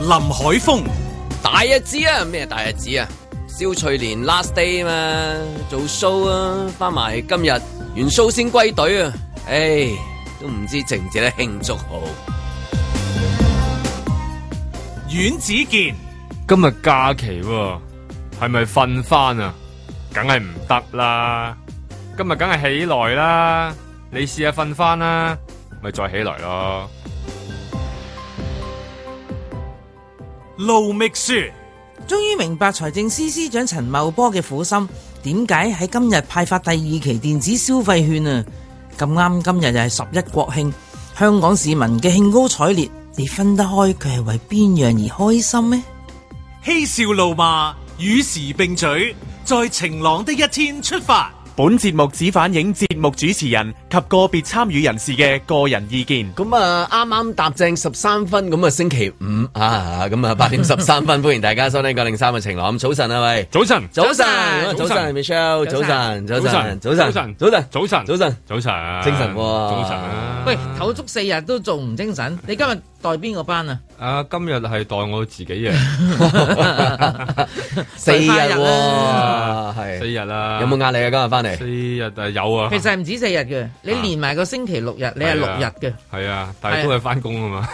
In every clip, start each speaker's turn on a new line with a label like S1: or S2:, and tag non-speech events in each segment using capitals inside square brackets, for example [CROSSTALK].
S1: 林海峰、
S2: 大日子啊，咩大日子啊？蕭翠蓮 last day 嘛，做 show 啊，翻埋今日完 show 先歸隊啊！唉，都唔知值唔值得慶祝好。
S1: 阮子健、
S3: 今日假期喎，係咪瞓翻啊？梗係唔得啦！今日梗係起來啦，你試下瞓翻啦，咪再起來咯。
S1: 盧覓雪、
S4: 終於明白財政司司長陳茂波嘅苦心，點解喺今日派發第二期電子消費券啊？咁啱今日又係十一國慶，香港市民嘅興高采烈，你分得開佢係為邊樣而開心咩？
S1: 嬉笑怒罵，與時並舉，在晴朗的一天出發。
S5: 本節目只反映節目主持人及個別參與人士嘅個人意見。
S2: 咁啊，啱啱搭正十三分，咁啊星期五啊，咁啊八點十三分，歡迎大家收聽九零三嘅晴朗。咁早晨啊，喂，
S3: 早晨，
S2: 早晨，早晨，Michelle，早晨，早晨，早晨，早晨，
S3: 早晨，
S2: 早晨，
S3: 早晨，
S2: 精神喎
S3: 早晨啊！
S4: 喂，唞足四日都仲唔精神？你今日代邊個班啊？
S3: 啊，今日係代我自己啊
S2: [LAUGHS]
S3: 嘅
S2: 四日喎，
S4: 快日
S3: 啊四
S2: 係
S3: 日啦，
S2: 有冇壓力啊？今日翻嚟
S3: 四日啊？有啊，
S4: 其實係唔止四日嘅，你連埋個星期六日，你係六日嘅。
S3: 係啊，但係都係翻工啊嘛。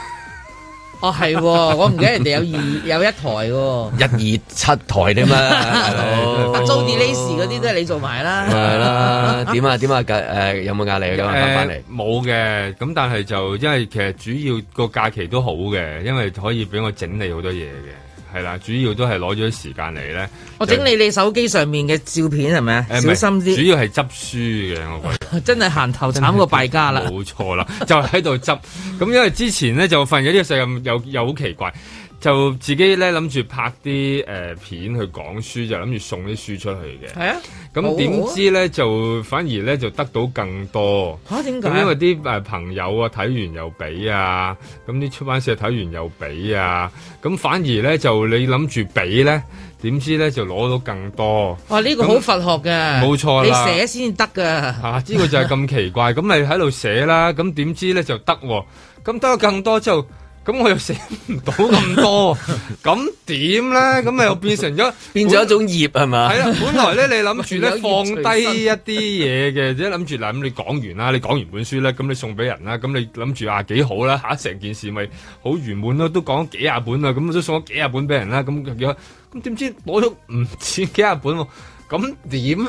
S4: 哦，係 [LAUGHS] 喎，我唔記得人哋有二有一台喎。
S2: 一二七台添嘛，啊大 [LAUGHS] 佬
S4: 阿 Jody l a c 嗰啲都係你做埋啦。
S2: 係啦，點啊點啊，誒、有冇壓力啊？今日翻返嚟
S3: 誒，呃冇嘅，咁但係就因為其實主要個假期都好嘅，因為可以俾我整理好多嘢嘅，係啦，主要都係攞咗啲時間嚟咧。
S4: 我整理你手機上面嘅照片係咪啊？
S3: 誒
S4: 小心
S3: 唔係主
S4: 啲，
S3: 要係執書嘅，我覺得
S4: 真係行頭慘過敗家啦。
S3: 冇錯啦，就喺度執。咁因為之前咧就發現呢個世界又又好奇怪，就自己咧諗住拍啲誒、呃片去講書，就諗住送啲書出去嘅。
S4: 係啊，
S3: 咁點知咧就反而咧就得到更多。
S4: 嚇點
S3: 咁因為
S4: 解？
S3: 啲誒朋友啊睇完又俾啊，咁啲出版社睇完又俾啊，咁反而咧就你諗住俾咧，點知咧就攞到更多。
S4: 哇！呢個好佛學嘅，
S3: 冇錯啦
S4: 你寫先得㗎。
S3: 啊！呢、個就係咁奇怪，咁你喺度寫啦，咁點知咧就得喎，咁得咗更多之後，咁我又寫唔到咁多，咁點咧？咁咪又變成咗
S2: [LAUGHS] 變咗一種業係嘛
S3: [LAUGHS] 係？啦，本來咧你諗住咧
S4: [LAUGHS] 有
S3: 放
S4: 業
S3: 低一啲嘢嘅，即係諗住嗱，咁你講完啦，你講完本書咧，咁你送俾人啦，咁你諗住啊幾好啦嚇，成件事咪好圓滿咯，都講咗幾廿本啦，咁都送咗幾廿本俾人啦，咁幾好咁點知攞咗唔止幾廿本喎？咁點咧？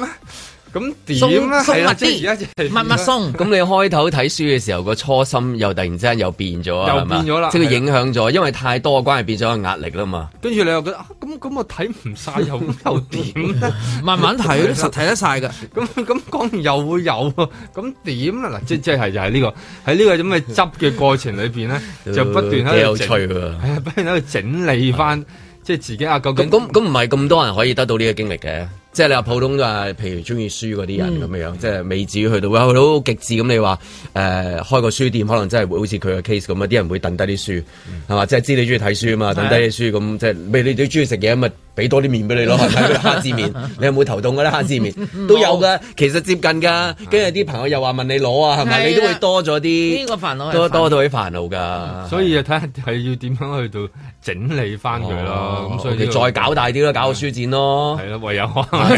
S3: 咁點咧？
S4: 送送
S3: 係啦
S4: 密啲
S3: 即係而家就係
S4: 密密送。
S2: 咁你開頭睇書嘅時候個初心又突然之間又變咗啊，
S3: 又
S2: 係嘛
S3: 變咗啦
S2: 即係佢影響咗，因為太多嘅關係變咗個壓力啦嘛。
S3: 跟住你又覺得啊，咁咁我睇唔晒又又點啊咧？
S4: 慢慢睇咯，實睇得晒㗎。
S3: 咁 [LAUGHS] 咁講完又會有喎，咁點啊啦？嗱，即即係就係呢個喺呢個咁嘅執嘅過程裏邊咧，就不斷
S2: 都幾
S3: 喺度
S2: 有趣
S3: 整
S2: 喎。
S3: 係啊，不斷喺度整理翻，即係自己啊，究
S2: 咁
S3: 竟
S2: 咁咁唔係咁多人可以得到呢個經歷嘅，即係你話普通啊，譬如中意書嗰啲人咁樣，即係未至於去到哇去到好極致咁。你話誒、呃、開個書店，可能真係會好似佢嘅 case 咁啊，啲人會揼低啲書係嘛，即係知你中意睇書啊嘛，揼低啲書咁即係，譬如你都中意食嘢咁咪俾多啲麵俾你咯，係咪？譬如蝦子麵，你有冇頭痛嘅咧？蝦子麵都有㗎，其實接近㗎。跟住啲朋友又話問你攞啊，係咪？
S4: 係啊
S2: 你都會多咗
S4: 呢
S2: 啲
S4: 個煩惱係
S2: 多
S4: 煩惱
S2: 多到啲煩惱㗎。
S3: 所以就睇下係要點樣去到整理翻佢咯。咁所以呢
S2: 你
S3: 個
S2: 哦再搞大啲咯，搞個書展咯。
S3: 係啦，
S2: [LAUGHS]
S3: 唯有 [LAUGHS] 可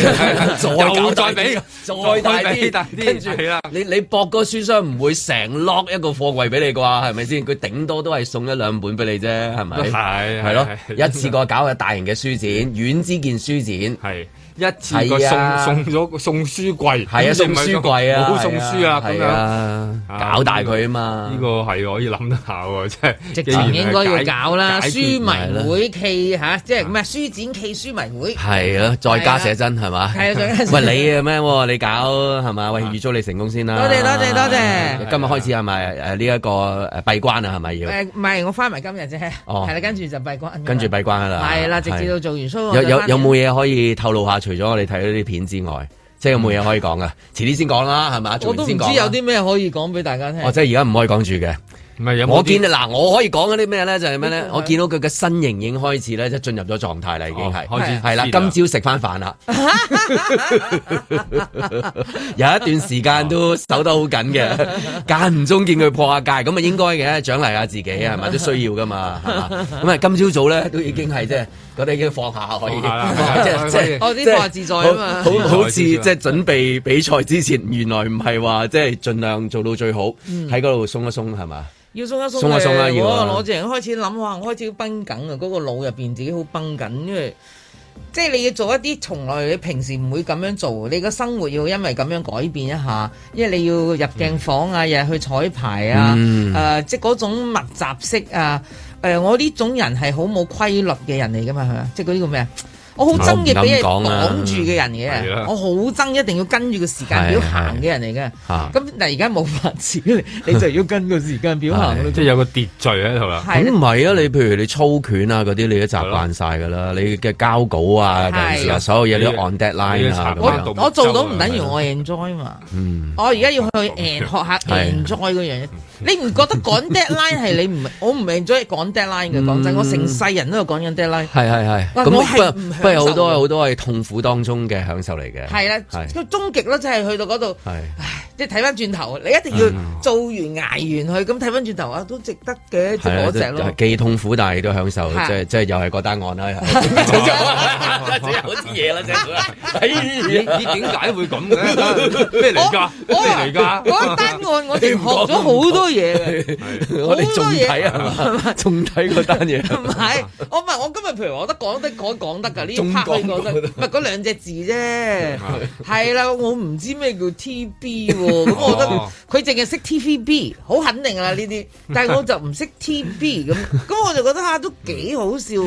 S3: 能又
S2: 搞大
S3: 再
S2: 啲
S3: 俾，
S2: 再大
S3: 俾
S2: 啲，
S3: 大
S2: 跟
S3: 啲，
S2: 住
S3: 係啦。
S2: 你你博個書箱唔會成 lock 一個貨櫃俾你啩，係咪先？佢頂多都係送一兩本俾你啫，係咪？
S3: [LAUGHS] 係
S2: 係咯，
S3: 係
S2: 一次過搞個大型嘅書展，遠之見書展。
S3: 係一次過送
S2: 係啊
S3: 送咗個送書櫃，
S2: 係
S3: [LAUGHS]
S2: 啊，
S3: 咁
S2: 送
S3: 你咪
S2: 書櫃啊，
S3: 冇送書啊，咁
S2: 係
S3: 樣。
S2: 啊，
S3: 啊
S2: 搞大佢啊嘛，
S3: 呢個係可以諗得下喎， [LAUGHS] 即係
S4: 直
S3: 既然
S4: 情應該
S3: 係
S4: 要搞啦，
S3: 解
S4: 書
S3: 決
S4: 迷會暨嚇，即係咩書展暨書迷會。
S2: 係啊，再加寫真係嘛？
S4: 係啊再加寫
S2: [LAUGHS]
S4: 真
S2: 喂，你嘅咩喎？你搞係嘛？
S3: 啊
S2: 喂，預祝你成功先啦！
S4: 多謝多謝多謝
S2: 今日開始係咪誒呢一個誒閉關啊？係咪要？
S4: [LAUGHS] 誒唔係，我翻埋今日啫，
S2: 哦
S4: 係啦，跟住就閉關，
S2: 跟住閉關㗎啦。
S4: 係啦，直至到
S2: 係
S4: 做完 show 我
S2: 有
S4: 就
S2: 有
S4: 返
S2: 有冇嘢可以透露下？除咗我哋睇到啲片之外，即係有冇嘢啊可以講噶？遲啲先講啦，係嘛？做
S4: 嗯
S2: 完
S4: 我都唔
S2: 先講啦啊
S4: 知有。啲咩可以講俾大家聽。
S2: 哦，即係而家唔可以講住嘅。
S3: 唔係有冇
S2: 我
S3: 啲啊
S2: 見嗱，我可以講嗰啲咩咧，就係咩咧？我見到佢嘅身形已經開始咧，即係進入咗狀態啦，已經係
S3: 哦開始
S2: 係啦。
S3: 知道啦
S2: 今朝食翻飯啦， [LAUGHS] 有一段時間都守得好緊嘅，
S3: [LAUGHS]
S2: 間唔中見佢破下戒，咁啊應該嘅，獎勵下自己啊係
S3: [LAUGHS]
S2: 咪都需要噶嘛，係嘛？咁啊今朝早咧都已經係即係嗰啲已經放下可以，
S3: 放下
S2: [LAUGHS]
S3: 啦
S2: 即係即係
S6: 哦啲
S2: 即係
S6: 放下自在啊嘛
S2: 好好好似即
S3: 自在自在
S2: 係準備比賽之前，原來唔係話即係盡量做到最好，
S3: 嗯
S2: 喺嗰度鬆一鬆係嘛？
S4: 要鬆一鬆
S2: 鬆一鬆啦
S4: 嘅
S2: 要啊
S4: 我我成日開始諗哇，我開始崩緊啊！嗰、個腦入邊自己好崩緊，因為即係你要做一啲從來你平時唔會咁樣做，你個生活要因為咁樣改變一下，因為你要入鏡房啊，日日去彩排啊，誒、
S2: 嗯
S4: 即係嗰種密集式啊，誒、我呢種人係好冇規律嘅人嚟噶嘛，係咪啊？即係嗰啲叫咩啊？我好憎嘅俾人
S2: 我唔敢講啊
S4: 綁住嘅人
S3: 係
S4: 嘅
S3: 啦，
S4: 我好憎一定要跟住個時間表
S2: 係係
S4: 行嘅人嚟嘅。
S3: 啊
S2: 嚇
S4: 咁但係而家冇法子，你你就要跟個時間表行咯。
S3: 即係有個秩序喺度啦。
S4: 係
S2: 咁
S4: 啦
S2: 唔係啊！你譬如你操拳啊嗰啲，你都習慣晒㗎啦。你嘅交稿啊，
S4: 係
S2: 尤其是啊，所有嘢都 on
S3: 你
S2: deadline
S3: 嘅
S2: 啊
S3: 查
S2: 咁
S3: 班
S2: 樣
S3: 動。
S4: 我做到唔等於我 enjoy 嘛。我而家要去 en 學下
S2: 係
S4: enjoy 嗰樣嘢。你唔覺得趕 deadline 係你唔我唔 enjoy 趕 deadline 嘅？講真，我成世人都係趕緊 deadline。
S2: 係係係。
S4: 喂
S2: 咁
S4: 我係
S2: 不
S4: 唔享
S2: 不過好多
S4: 受嘅
S2: 好多係痛苦當中嘅享受嚟嘅。
S4: 係啦，
S2: 係
S4: 佢終極咧就係去到嗰度，
S2: 係
S4: 唉即係睇翻轉頭，你一定要做完捱完佢，咁睇翻轉頭啊，都值得嘅，即
S2: 係
S4: 係
S2: 啦
S4: 嗰只咯
S2: 即係。既痛苦但係都享受，即
S4: 係
S2: 係即係又係嗰單案
S4: [LAUGHS]
S2: 啦。 [LAUGHS] 即係好似嘢啦，即哎
S3: 你
S2: 係。
S3: 你點解會咁嘅？ [LAUGHS] 咩嚟㗎？
S4: 我
S3: 咩
S4: 我
S3: 嚟㗎？
S4: 嗰單案我哋學咗好多嘢嘅。
S2: 我哋仲睇啊係
S4: [LAUGHS]
S2: 嘛？仲睇嗰單嘢。
S4: 唔係，我唔係我今日譬如我覺得講得講講得㗎，呢
S2: 中
S4: part 可以
S2: 港
S4: 講得，唔係嗰兩隻字啫，係啦，我唔知咩叫 TB 喎，咁我
S3: 哦
S4: 覺得佢淨係識 TVB，好肯定㗎啦呢啲，但係我就唔識 TB 咁，咁我就覺得嚇都幾好笑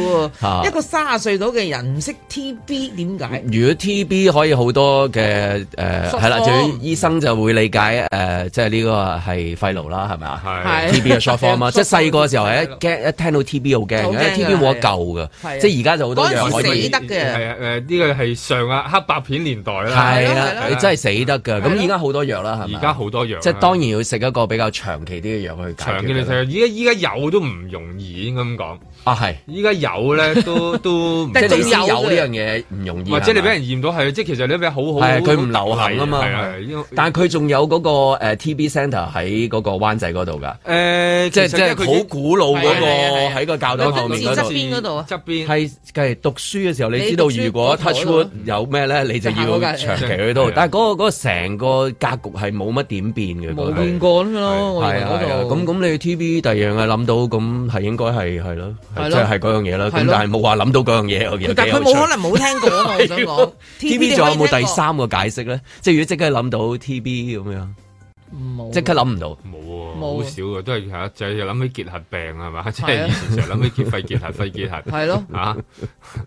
S2: 啊
S4: 喎，一個卅歲到嘅人唔識 TB 點解？
S2: 如果 TB 可以好多嘅誒
S4: 術
S2: 係啦，
S4: 科
S2: 就要醫生就會理解誒，即係呢個係肺癆啦，係咪啊
S3: 係
S2: ？TB 嘅 short form
S4: [LAUGHS]
S2: 啊，
S4: 係
S2: 即係細個嘅時候係一驚一聽到 TB 好
S4: 好
S2: 驚
S4: 驚
S2: 因
S4: 㗎
S2: 為 TB 冇得救
S4: 係啊
S2: 㗎，即係而家就好多藥可以
S4: 死得嘅
S3: 係啊誒，呢個係上啊黑白片年代啦。
S2: 係
S4: 係啊
S2: 啦
S4: 咯，
S2: 你真係死得㗎。咁而家好多藥啦，係咪？
S3: 而家好多藥啊，
S2: 即係當然要食一個比較長期啲嘅藥去解
S3: 長嘅
S2: 決
S3: 你
S2: 㗎啦。
S3: 睇，依家依家有都唔容易，應該咁講。
S2: 啊係，
S3: 依家有咧都都唔
S4: 但
S2: 即
S4: 係
S2: 係
S4: 仲
S2: 你啊
S4: 有
S2: 先有呢樣嘢唔容易。
S3: 或者你
S2: 係
S3: 俾
S2: 咪
S3: 人驗到係，即係其實你俾好好，
S2: 係啊佢唔
S3: 好
S2: 流行啊嘛
S3: 係啊，因為
S2: 但係佢仲有嗰個誒 TB Centre 喺嗰個灣仔嗰度㗎。
S3: 誒，
S2: 即係
S3: 其
S2: 即
S3: 實因
S2: 係
S3: 為佢
S2: 好古老嗰個
S4: 係啊係啊係啊
S2: 喺個教堂後面
S4: 嗰
S2: 嗰
S4: 度
S2: 度
S4: 側，邊嗰度啊
S3: 側邊
S2: 係係讀書嘅時候，你知道
S4: 你讀書
S2: 如果
S4: 嗰頭
S2: touch wood 有咩咧，你就
S4: 就行嗰
S2: 要
S4: 間
S2: 長期去到
S3: 係啊。
S2: 但係嗰個嗰個成個格局係冇乜點變嘅，
S4: 冇
S2: 嗰度
S4: 見過咁樣咯，我以
S2: 嗯係
S4: 為
S2: 啊，係啊
S4: 嗰度
S2: 咁咁你 TV 第二樣係諗到，咁係應該係係咯，
S4: 係
S2: 係即
S4: 咯
S2: 係嗰樣嘢啦。
S4: 係
S2: 咁
S4: 咯
S2: 但係冇話諗到嗰樣嘢，我記得
S4: 但係佢冇可能冇聽過啊嘛，
S2: [LAUGHS]
S4: 我想講
S2: TV
S4: 你可
S2: 仲有
S4: 以
S2: 冇
S4: 聽
S2: 第
S4: 過
S2: 三個解釋咧？即係如果即刻諗到 TV 咁樣，
S4: 哦冇
S2: 即刻諗唔到。
S3: 冇喎，
S4: 冇
S3: 好
S4: 啊
S3: 少嘅，都係嚇，就係諗起結核病係嘛，即
S4: 係
S3: 係
S4: 啊
S3: 以前成日諗起結肺結核、肺結核
S4: 係咯。
S3: 啊，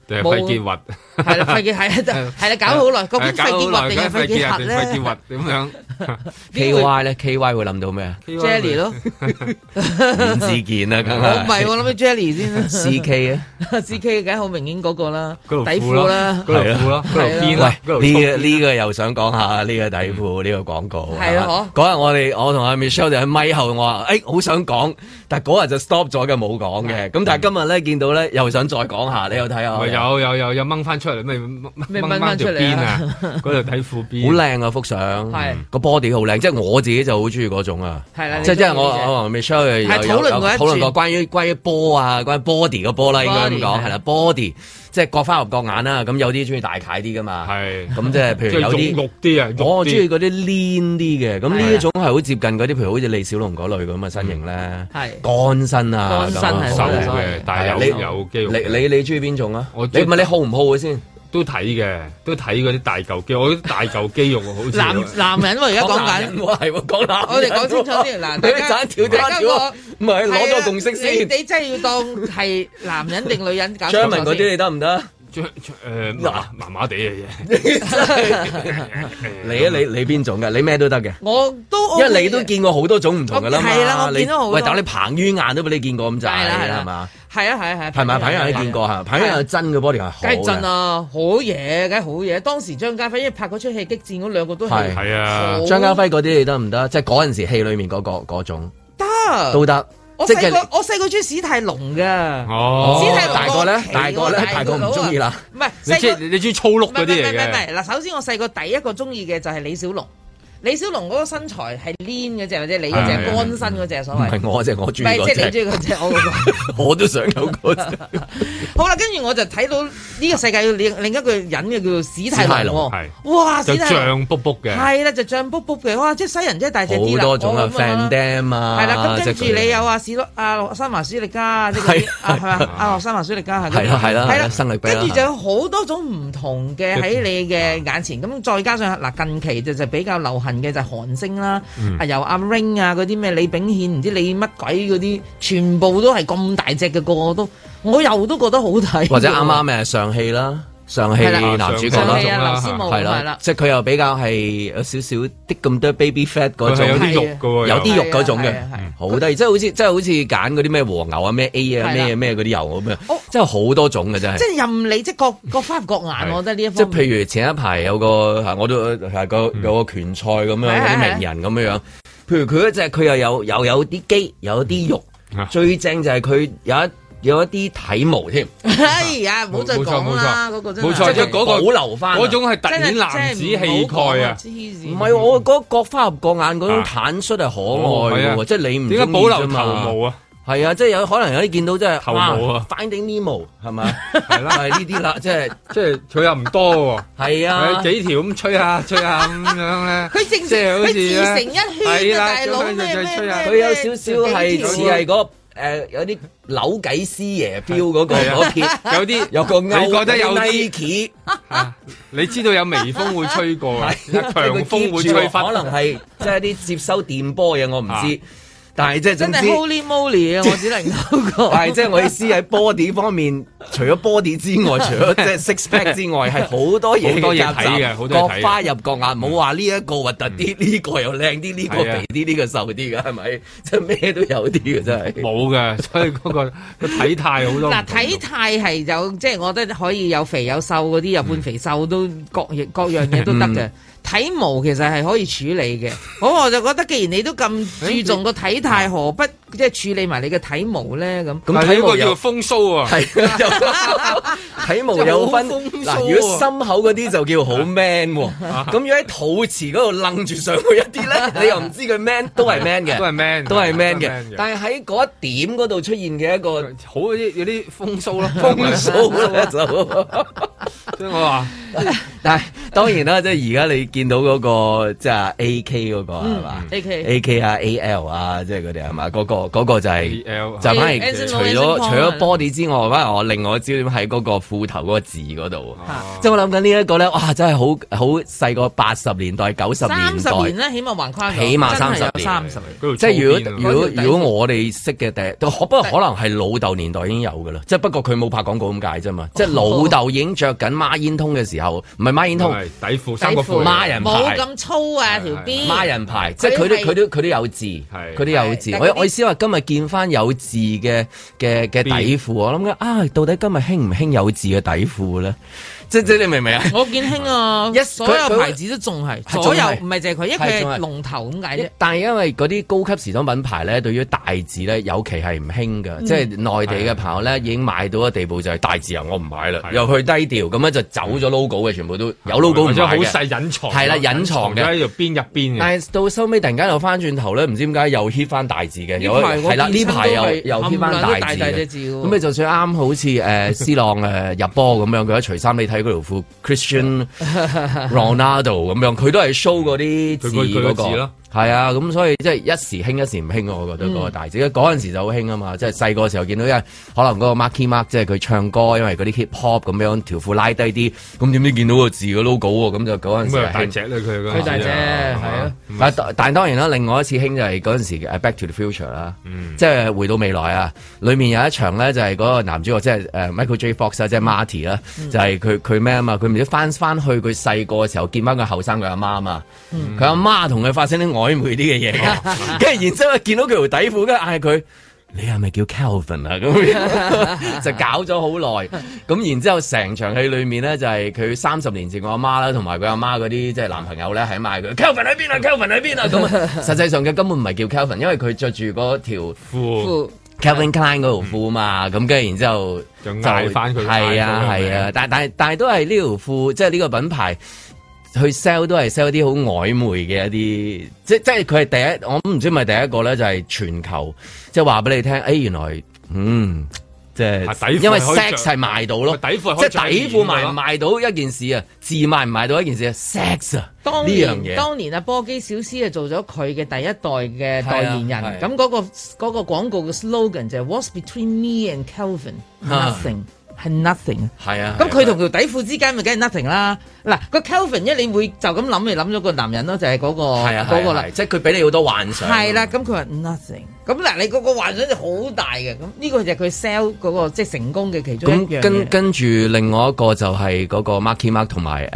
S3: 定係
S4: 冇啊
S3: 肺結核。
S4: 係啦，肺
S2: [LAUGHS]
S4: 結係啊，係啦，搞好耐，究竟肺結
S3: 啊
S4: 核定係肺結核咧
S3: 肺結核咁樣
S2: K Y 咧，K Y 會諗到咩啊？
S4: [LAUGHS] ？Jelly
S2: [LAUGHS]
S4: 咯，
S2: 阮志健啊，梗
S4: 我唔
S2: 係。
S4: 係我諗起 Jelly 先啦
S2: C K 啊。 [LAUGHS]
S4: ，C K 梗係好明顯嗰個啦，底
S3: 嗰條
S4: 褲啦
S3: 嗰，條褲啦，嗰條
S4: 係啊
S3: 邊啦，嗰條
S2: 喂，呢個呢個又想講下呢個底褲呢個廣告。
S4: 係啊
S2: 嗰日我哋我同阿 Michelle 就喺咪後，我話誒好想講，但嗰日就 stop 咗嘅冇講嘅。咁但係今日咧見到咧又想再講下，你有睇下？
S3: 咪
S2: 好
S3: 有有有有掹翻出嚟，咪掹
S4: 咩掹
S3: 掹
S4: 返
S3: 翻
S4: 出
S3: 條
S4: 嚟
S3: 邊
S4: 啊
S3: 啊，
S4: [LAUGHS]
S3: 嗰條底褲邊，
S2: 靚啊幅相
S4: 係，
S2: 個 body 好靚，即係我自己就好中意嗰種啊。
S4: 係啦，
S2: 即係
S4: 係
S2: 即係我我同 Michelle 有
S4: 係
S2: 有
S4: 討論過一
S2: 有討論過
S4: 轉
S2: 關於關於波啊，關於 body 個波啦，應該咁
S4: Body，
S2: 講
S4: 係
S2: 係啦，body 即係各花入各眼啦。咁有啲中意大楷啲噶嘛，
S3: 係
S2: 咁即係譬 [LAUGHS]
S3: 即
S2: 如有
S3: 係
S2: 啲
S3: 肉。肉啲啊，
S2: 我
S3: 肉
S2: 中意
S3: 啲
S2: 哦嗰啲 lean 啲嘅，
S4: 啊
S2: 咁呢一種係好接近嗰啲，譬如好似李小龍嗰類咁嘅身形咧，
S4: 嗯係
S2: 乾身啊，
S4: 乾身
S2: 咁啊
S4: 係
S3: 瘦
S4: 好
S2: 係啊
S3: 嘅，但係
S2: 你
S3: 有有肌肉嘅。
S2: 你你你中意邊種啊？
S3: 我
S2: 你
S3: 中意
S2: 唔係你好唔好嘅先？
S3: 都睇嘅，都睇嗰啲大嚿肌，我覺得大嚿肌肉好似
S4: 男男人喎，而家講
S2: 男人
S4: 緊。
S2: 喎，係喎，講男人喎
S4: 我哋講清楚
S2: [LAUGHS]
S4: 先嗱
S2: 你一
S4: 大家
S2: 陣跳跳
S4: 大家
S2: 跳
S4: 個
S2: 啊，唔係攞咗個共識
S4: 係啊
S2: 先
S4: 你。你真係要當係男人定女人
S2: [LAUGHS]
S4: 搞清
S2: 張
S4: 楚
S2: 文嗰啲
S4: 先
S2: 你得唔得？
S3: [LAUGHS] 誒呃麻麻麻地嘅嘢。 [LAUGHS]
S2: 你啊，你你邊種嘅？你咩都得嘅。
S4: 我都 OK
S2: 因為你都
S4: 嘅
S2: 見過好多種唔同嘅啦嘛，
S4: 我係啦我見到好多
S2: 你喂，但你彭于晏都俾你見過咁滯，
S4: 係啦係啦
S2: 係嘛？
S4: 係啊係啊係啊，啊
S2: 係咪彭于晏你見過嚇？彭于晏真嘅 body 係好
S4: 梗係震
S2: 嘅。
S4: 啊，好嘢，梗係好嘢。當時張家輝因為拍嗰出戲激戰嗰兩個都係
S2: 係
S3: 係啊，
S4: 好
S2: 張家輝嗰啲你得唔得？即係嗰陣時戲裡面嗰個嗰種
S4: 得得
S2: 都得，
S4: 呃我
S2: 即
S4: 細
S2: 係
S4: 個我細個中意史泰龍㗎，
S3: 哦
S4: 史泰龍
S2: 大個咧
S4: 奇，
S2: 大個咧，
S4: 喎
S2: 大個唔中意啦。
S4: 啊唔係
S3: 你
S4: 細
S3: 知
S4: 個。
S3: 你知粗碌嗰啲嚟
S4: 唔係唔係唔
S3: 嘅，
S4: 係嗱，首先我細個第一個中意嘅就係李小龍，李小龍嗰個身材係 lean 嗰只，或者你嗰
S3: 係
S4: 只
S3: 係
S4: 乾身嗰只所
S2: 唔
S4: 謂，
S2: 係我啫，我
S4: 唔
S2: 中意
S4: 係
S2: [LAUGHS]
S4: 即係
S2: 嗰
S4: 你中
S2: 隻，
S4: 意嗰只，我嗰個。
S2: [LAUGHS] 我都想有嗰隻。
S4: 好啦，跟住我就睇到呢個世界有另另一個人嘅叫做史
S2: 史
S4: 泰
S2: 泰
S4: 龍
S2: 龍
S4: 喎，哇！
S3: 就
S4: 史泰龍
S3: 脹卜卜嘅，
S4: 係啦，就脹卜卜嘅，哇！即係西人真係大隻啲
S2: 好
S4: 啦，
S2: 多種啊
S4: 我咁樣
S2: ，Van
S4: 啦
S2: Dam 啊，
S4: 係啦，咁跟住
S2: 即係佢哋
S4: 你有啊史洛啊新華舒力加，即係嗰
S2: 係
S4: 啲啊係咪啊洛山華舒力加係
S2: 係啦係啦係啦啊生力啤啦
S4: 跟住就有好多種唔同嘅喺你嘅眼前，咁再加上嗱近期就就比較流行嘅就係韓星啦，
S2: 嗯
S4: 啊由阿 Ring 啊嗰啲咩李炳憲唔知李乜鬼嗰啲，全部都係咁大隻嘅個個都，我又都覺得好睇喎，
S2: 或者啱啱誒上戲啦，上戲
S4: 係啦
S2: 男主角
S4: 上
S2: 啦
S4: 戲，
S3: 嗰種
S4: 啊
S3: 啦
S4: 劉思慕
S2: 係
S4: 係
S2: 啦
S4: 啦，，
S2: 即係佢又比較係有少少啲咁多 baby fat 嗰
S3: 佢係有
S2: 種。
S3: 啲肉嘅喎，
S2: 有啲肉嗰種
S4: 係
S2: 嘅
S4: 啊係啊係啊，
S2: 好得意，即係好似即係好似揀嗰啲咩和牛啊、咩 A 啊、
S4: 係啦
S2: 咩咩嗰啲油咁
S4: 哦
S2: 樣，真係好多種嘅真係
S4: 即。係任你即係各各花入各眼，
S3: 係
S4: 我覺得呢一
S2: 即
S4: 方
S2: 係譬如前一排有個啊係我都係個
S3: 嗯
S2: 有個拳賽咁樣
S4: 係
S2: 嗰
S4: 係係
S2: 啲名人咁樣樣，譬如佢嗰隻佢又有又有啲肌有啲肉
S3: 啊，
S2: 最正就係佢有一有一啲體毛添，
S4: 哎呀，唔好再
S3: 冇錯
S4: 講啦，嗰個真係
S3: 冇
S2: 即
S3: 錯
S2: 係
S3: 啊即係
S2: 佢
S3: 嗰個
S2: 保留翻
S3: 嗰種係突
S4: 真係
S3: 顯男子氣概啊！！
S2: 唔
S4: 唔
S2: 係我嗰各花入各眼嗰種
S3: 啊
S2: 坦率係可愛嘅
S3: 哦係
S2: 喎，
S3: 啊
S2: 即係你唔
S3: 點解保
S2: 中意
S3: 留
S2: 啫
S3: 頭
S2: 嘛。
S3: 毛啊？
S2: 係啊，即係有可能有啲見到即係
S3: 頭毛啊
S2: ，Finding Nemo 係咪？
S3: 係啦
S2: 係呢啲啦，即係
S3: 即係佢又唔
S4: [LAUGHS]
S3: 多
S2: 係
S3: 喎，
S2: 啊
S3: 佢。幾條咁吹下吹下咁樣咧。
S4: [LAUGHS] 佢正
S3: 即係好
S4: 佢
S3: 似
S4: 自
S3: 咧
S4: 成一圈
S3: 係
S4: 啊，
S3: 啦
S4: 大佬
S3: 將佢
S4: 咩咩
S3: 再吹
S4: 咩，
S3: 下
S2: 佢有少少
S4: 啊
S2: 係似係嗰
S4: 個
S2: 個誒有啲扭計師爺標嗰個
S3: [LAUGHS] 係啊
S2: 嗰撇，
S3: 有啲
S2: 有個勾，
S3: 你覺得有啲
S2: Nike，
S3: 啊你知道有微風會吹過啊，強
S2: 佢 keep
S3: 風
S2: 住
S3: 會
S4: [LAUGHS]
S3: 吹
S2: 可
S3: 翻。
S2: 能係即係啲接收電波嘢，我唔知
S3: [LAUGHS] 啊。
S2: 但係即係
S4: 真
S2: 總之
S4: 係，Holy Moly 啊！我 [LAUGHS] 只能夠講，
S2: [LAUGHS] 但係即係我意思喺 body 方面，除咗 body 之外，除
S3: [LAUGHS]
S2: 咗即係 six pack 之外，係好多嘢
S3: 好多嘢
S2: 夾雜
S3: 睇嘅好多嘢睇嘅嗯
S2: 各花入各眼，冇話呢一個核突啲，呢個又靚啲，呢個
S3: 係啊
S2: 肥啲，呢個瘦啲嘅，係咪？即係咩都有啲嘅，真係。
S3: 冇嘅，所以嗰個個體態好多唔同。
S4: 嗱體態係有，即係我覺得可以有肥有瘦嗰啲，有半肥瘦都各 [LAUGHS] 樣各樣嘢都得嘅。體毛其實係可以處理嘅，好我就覺得既然你都咁注重個體態，何不即係處理埋你嘅體毛咧？嗯咁
S2: 咁
S3: 但係
S2: 睇
S3: 呢
S2: 落
S3: 個
S2: 又
S3: 叫風騷啊，
S2: [LAUGHS] 係啊有 [LAUGHS] 體毛有分
S4: 真係好風騷啊
S2: 嗱，如果心口嗰啲就叫好 man 喎，咁如果喺肚臍嗰度楞住上去一啲咧，你又唔知佢 man 都係 man
S3: 都係
S2: 嘅，
S3: man，
S2: 都係 man
S3: 都係
S2: 嘅，但係喺嗰一點嗰度出現嘅一個
S3: 好有啲有啲風騷啊啦，
S2: 風騷咧就。
S3: 即係我話
S2: 但係當然啦，即係而家你見到嗰、個即係 A K 嗰個
S4: 嗯
S2: 係嘛
S4: AK
S2: A K 啊 A L 啊，即係佢哋係嘛嗰個嗰、個就係、
S3: AL
S2: 就反而
S4: Anson
S2: 除咗
S4: Lo- Anson Lo-
S2: 除咗 body 之外，反而我另外嘅焦點喺嗰個褲頭嗰個字嗰度
S4: 啊，
S2: 即係我諗緊呢一個咧，哇！真係好好細個八十年代九十
S4: 三
S2: 年
S4: 十年
S2: 代。
S4: 咧，起碼橫跨咗
S2: 起碼
S4: 真係有
S2: 30年
S4: 三十年。
S3: 嗰條
S2: 即係如
S3: 粗邊
S2: 果
S3: 啊
S2: 如果
S4: 嗰條底褲
S2: 如果我哋識嘅第一，都可不過可能係老豆年代已經有㗎啦，即係不過佢冇拍廣告咁解啫嘛，
S4: 哦
S2: 即係老豆已經着緊孖煙通嘅時候，唔係孖煙通，
S3: 係底褲三個
S4: 底褲
S3: 褲
S2: 孖人牌
S4: 冇咁粗啊條邊，
S2: 孖人牌，即係佢都
S4: 佢係
S2: 佢都佢都有字，
S3: 係
S2: 佢都有字。
S4: 係但係嗰
S2: 我
S4: 啲
S2: 我意思話今日見翻有字嘅嘅嘅底褲，我諗緊啊，到底今日興唔興有字嘅底褲咧？即即你明唔明啊？
S4: 我見興啊，
S2: 一
S4: 所有
S2: 佢佢
S4: 牌子都仲係
S2: 係
S4: 左右，
S2: 仲係
S4: 唔係就係佢，因為佢
S2: 係仲
S4: 係
S2: 係
S4: 龍頭咁解啫。
S2: 但係因為嗰啲高級時裝品牌咧，對於大字咧，尤其係唔興嘅，即係
S4: 嗯
S2: 內地嘅朋友咧，已經買到嘅地步就係大字啊，我唔買啦，
S3: 係嗯
S2: 又去低調，咁樣就走咗 logo 嘅，全部都有 logo 唔
S3: 或
S2: 買
S3: 者好
S2: 嘅。
S3: 細隱藏，
S2: 係啦隱藏嘅
S3: 咗喺條邊入邊嘅。
S2: 但係到收尾突然間又翻轉頭咧，唔知點解又 hit 翻大字嘅，有
S4: 呢排我
S2: 係啦，呢
S4: 見親
S2: 排
S4: 都
S2: 又
S4: 係
S2: 又 hit
S4: 冚
S2: 翻
S4: 唪唥都大
S2: 字
S4: 大
S2: 嘅
S4: 隻字喎
S2: 咁你就算啱好似誒 C 朗呃誒入波咁樣，佢一除衫你睇佢條褲 Christian Ronaldo 咁樣，佢都係 show 嗰啲字
S3: 佢個佢個
S2: 嗰
S3: 字
S2: 個
S3: 咯。
S2: 係啊，咁所以即係一時興一時唔興啊，我覺得嗰個大字，因為嗰陣時就好興啊嘛，即係細個時候見到，因為可能嗰個 Marky Mark 即係佢唱歌，因為嗰啲 hip hop 咁樣條褲拉低啲，咁點知見到個字嘅 logo 喎，咁就嗰陣時
S3: 咁啊
S2: 係
S3: 大
S2: 興
S3: 隻咧佢嗰陣時
S4: 佢大隻係啊
S2: 但但當然啦，另外一次興就係嗰陣時嘅《Back to the Future》啦，即係回到未來啊。裡面有一場咧，就係嗰個男主角即係誒 Michael J. Fox 啊，即係 Marty 啦，就係佢佢咩啊嘛？佢唔知翻翻去佢細個嘅時候見翻佢後生佢阿媽啊嘛，佢阿媽同佢發生啲曖昧啲嘅嘢嘅，跟住然之後見到佢條底褲，跟住嗌佢。你係咪叫 Calvin 啊？咁樣就搞咗好耐。咁然之後成場戲裏面咧，就係佢三十年前我阿媽啦，同埋佢阿媽嗰啲即係男朋友咧，喺埋佢 Calvin 喺邊啊？Calvin 喺邊啊？咁啊實際上佢根本唔係叫 Calvin，因為佢着住嗰條
S3: 褲
S2: 啊 Calvin Klein 嗰條褲嘛。咁跟住然之後
S3: 就嗯嗌返佢
S2: 係啊
S3: 嗌佢
S2: 係啊，但但但係都係呢條褲，即係呢個品牌。去 sell 都係 sell 啲好曖昧嘅一啲，即即係佢係第一，我唔知係咪第一個咧，就係、全球，即係話俾你聽，誒、原來嗯，即
S3: 啊底
S2: 係
S3: 褲
S2: 因為
S3: 係可以着啊
S2: sex 係賣到咯，
S3: 底褲係
S2: 即
S3: 可以
S2: 係
S3: 着
S2: 底褲賣
S3: 面㗎
S2: 唔
S3: 咯
S2: 賣到一件事啊，字賣唔賣到一件事啊，sex 啊，
S4: 當
S2: 呢樣
S4: 年
S2: 嘢
S4: 當年啊，波基小斯啊做咗佢嘅第一代嘅代言
S2: 係啊係啊
S4: 人，咁嗰個嗰個廣告嘅 slogan 就係 What's between me and Kelvin
S2: 啊
S4: nothing 係 nothing 啊。
S2: 係啊，
S4: 咁佢同
S2: 係啊
S4: 條底褲之間咪梗係 nothing 啦。嗱，個 Kelvin 一你會就咁諗，咪諗咗個男人咯，就係嗰個
S2: 係啊
S4: 嗰個啦
S2: 係啊。即係佢俾你好多幻想，
S4: 係啦，咁佢話 nothing。咁嗱，你嗰個幻想就好大嘅。咁呢個就係佢 sell 嗰個即係成功嘅其中一
S2: 咁
S4: 樣
S2: 跟
S4: 嘢。
S2: 跟住另外一個就係嗰個 Marky Mark 同埋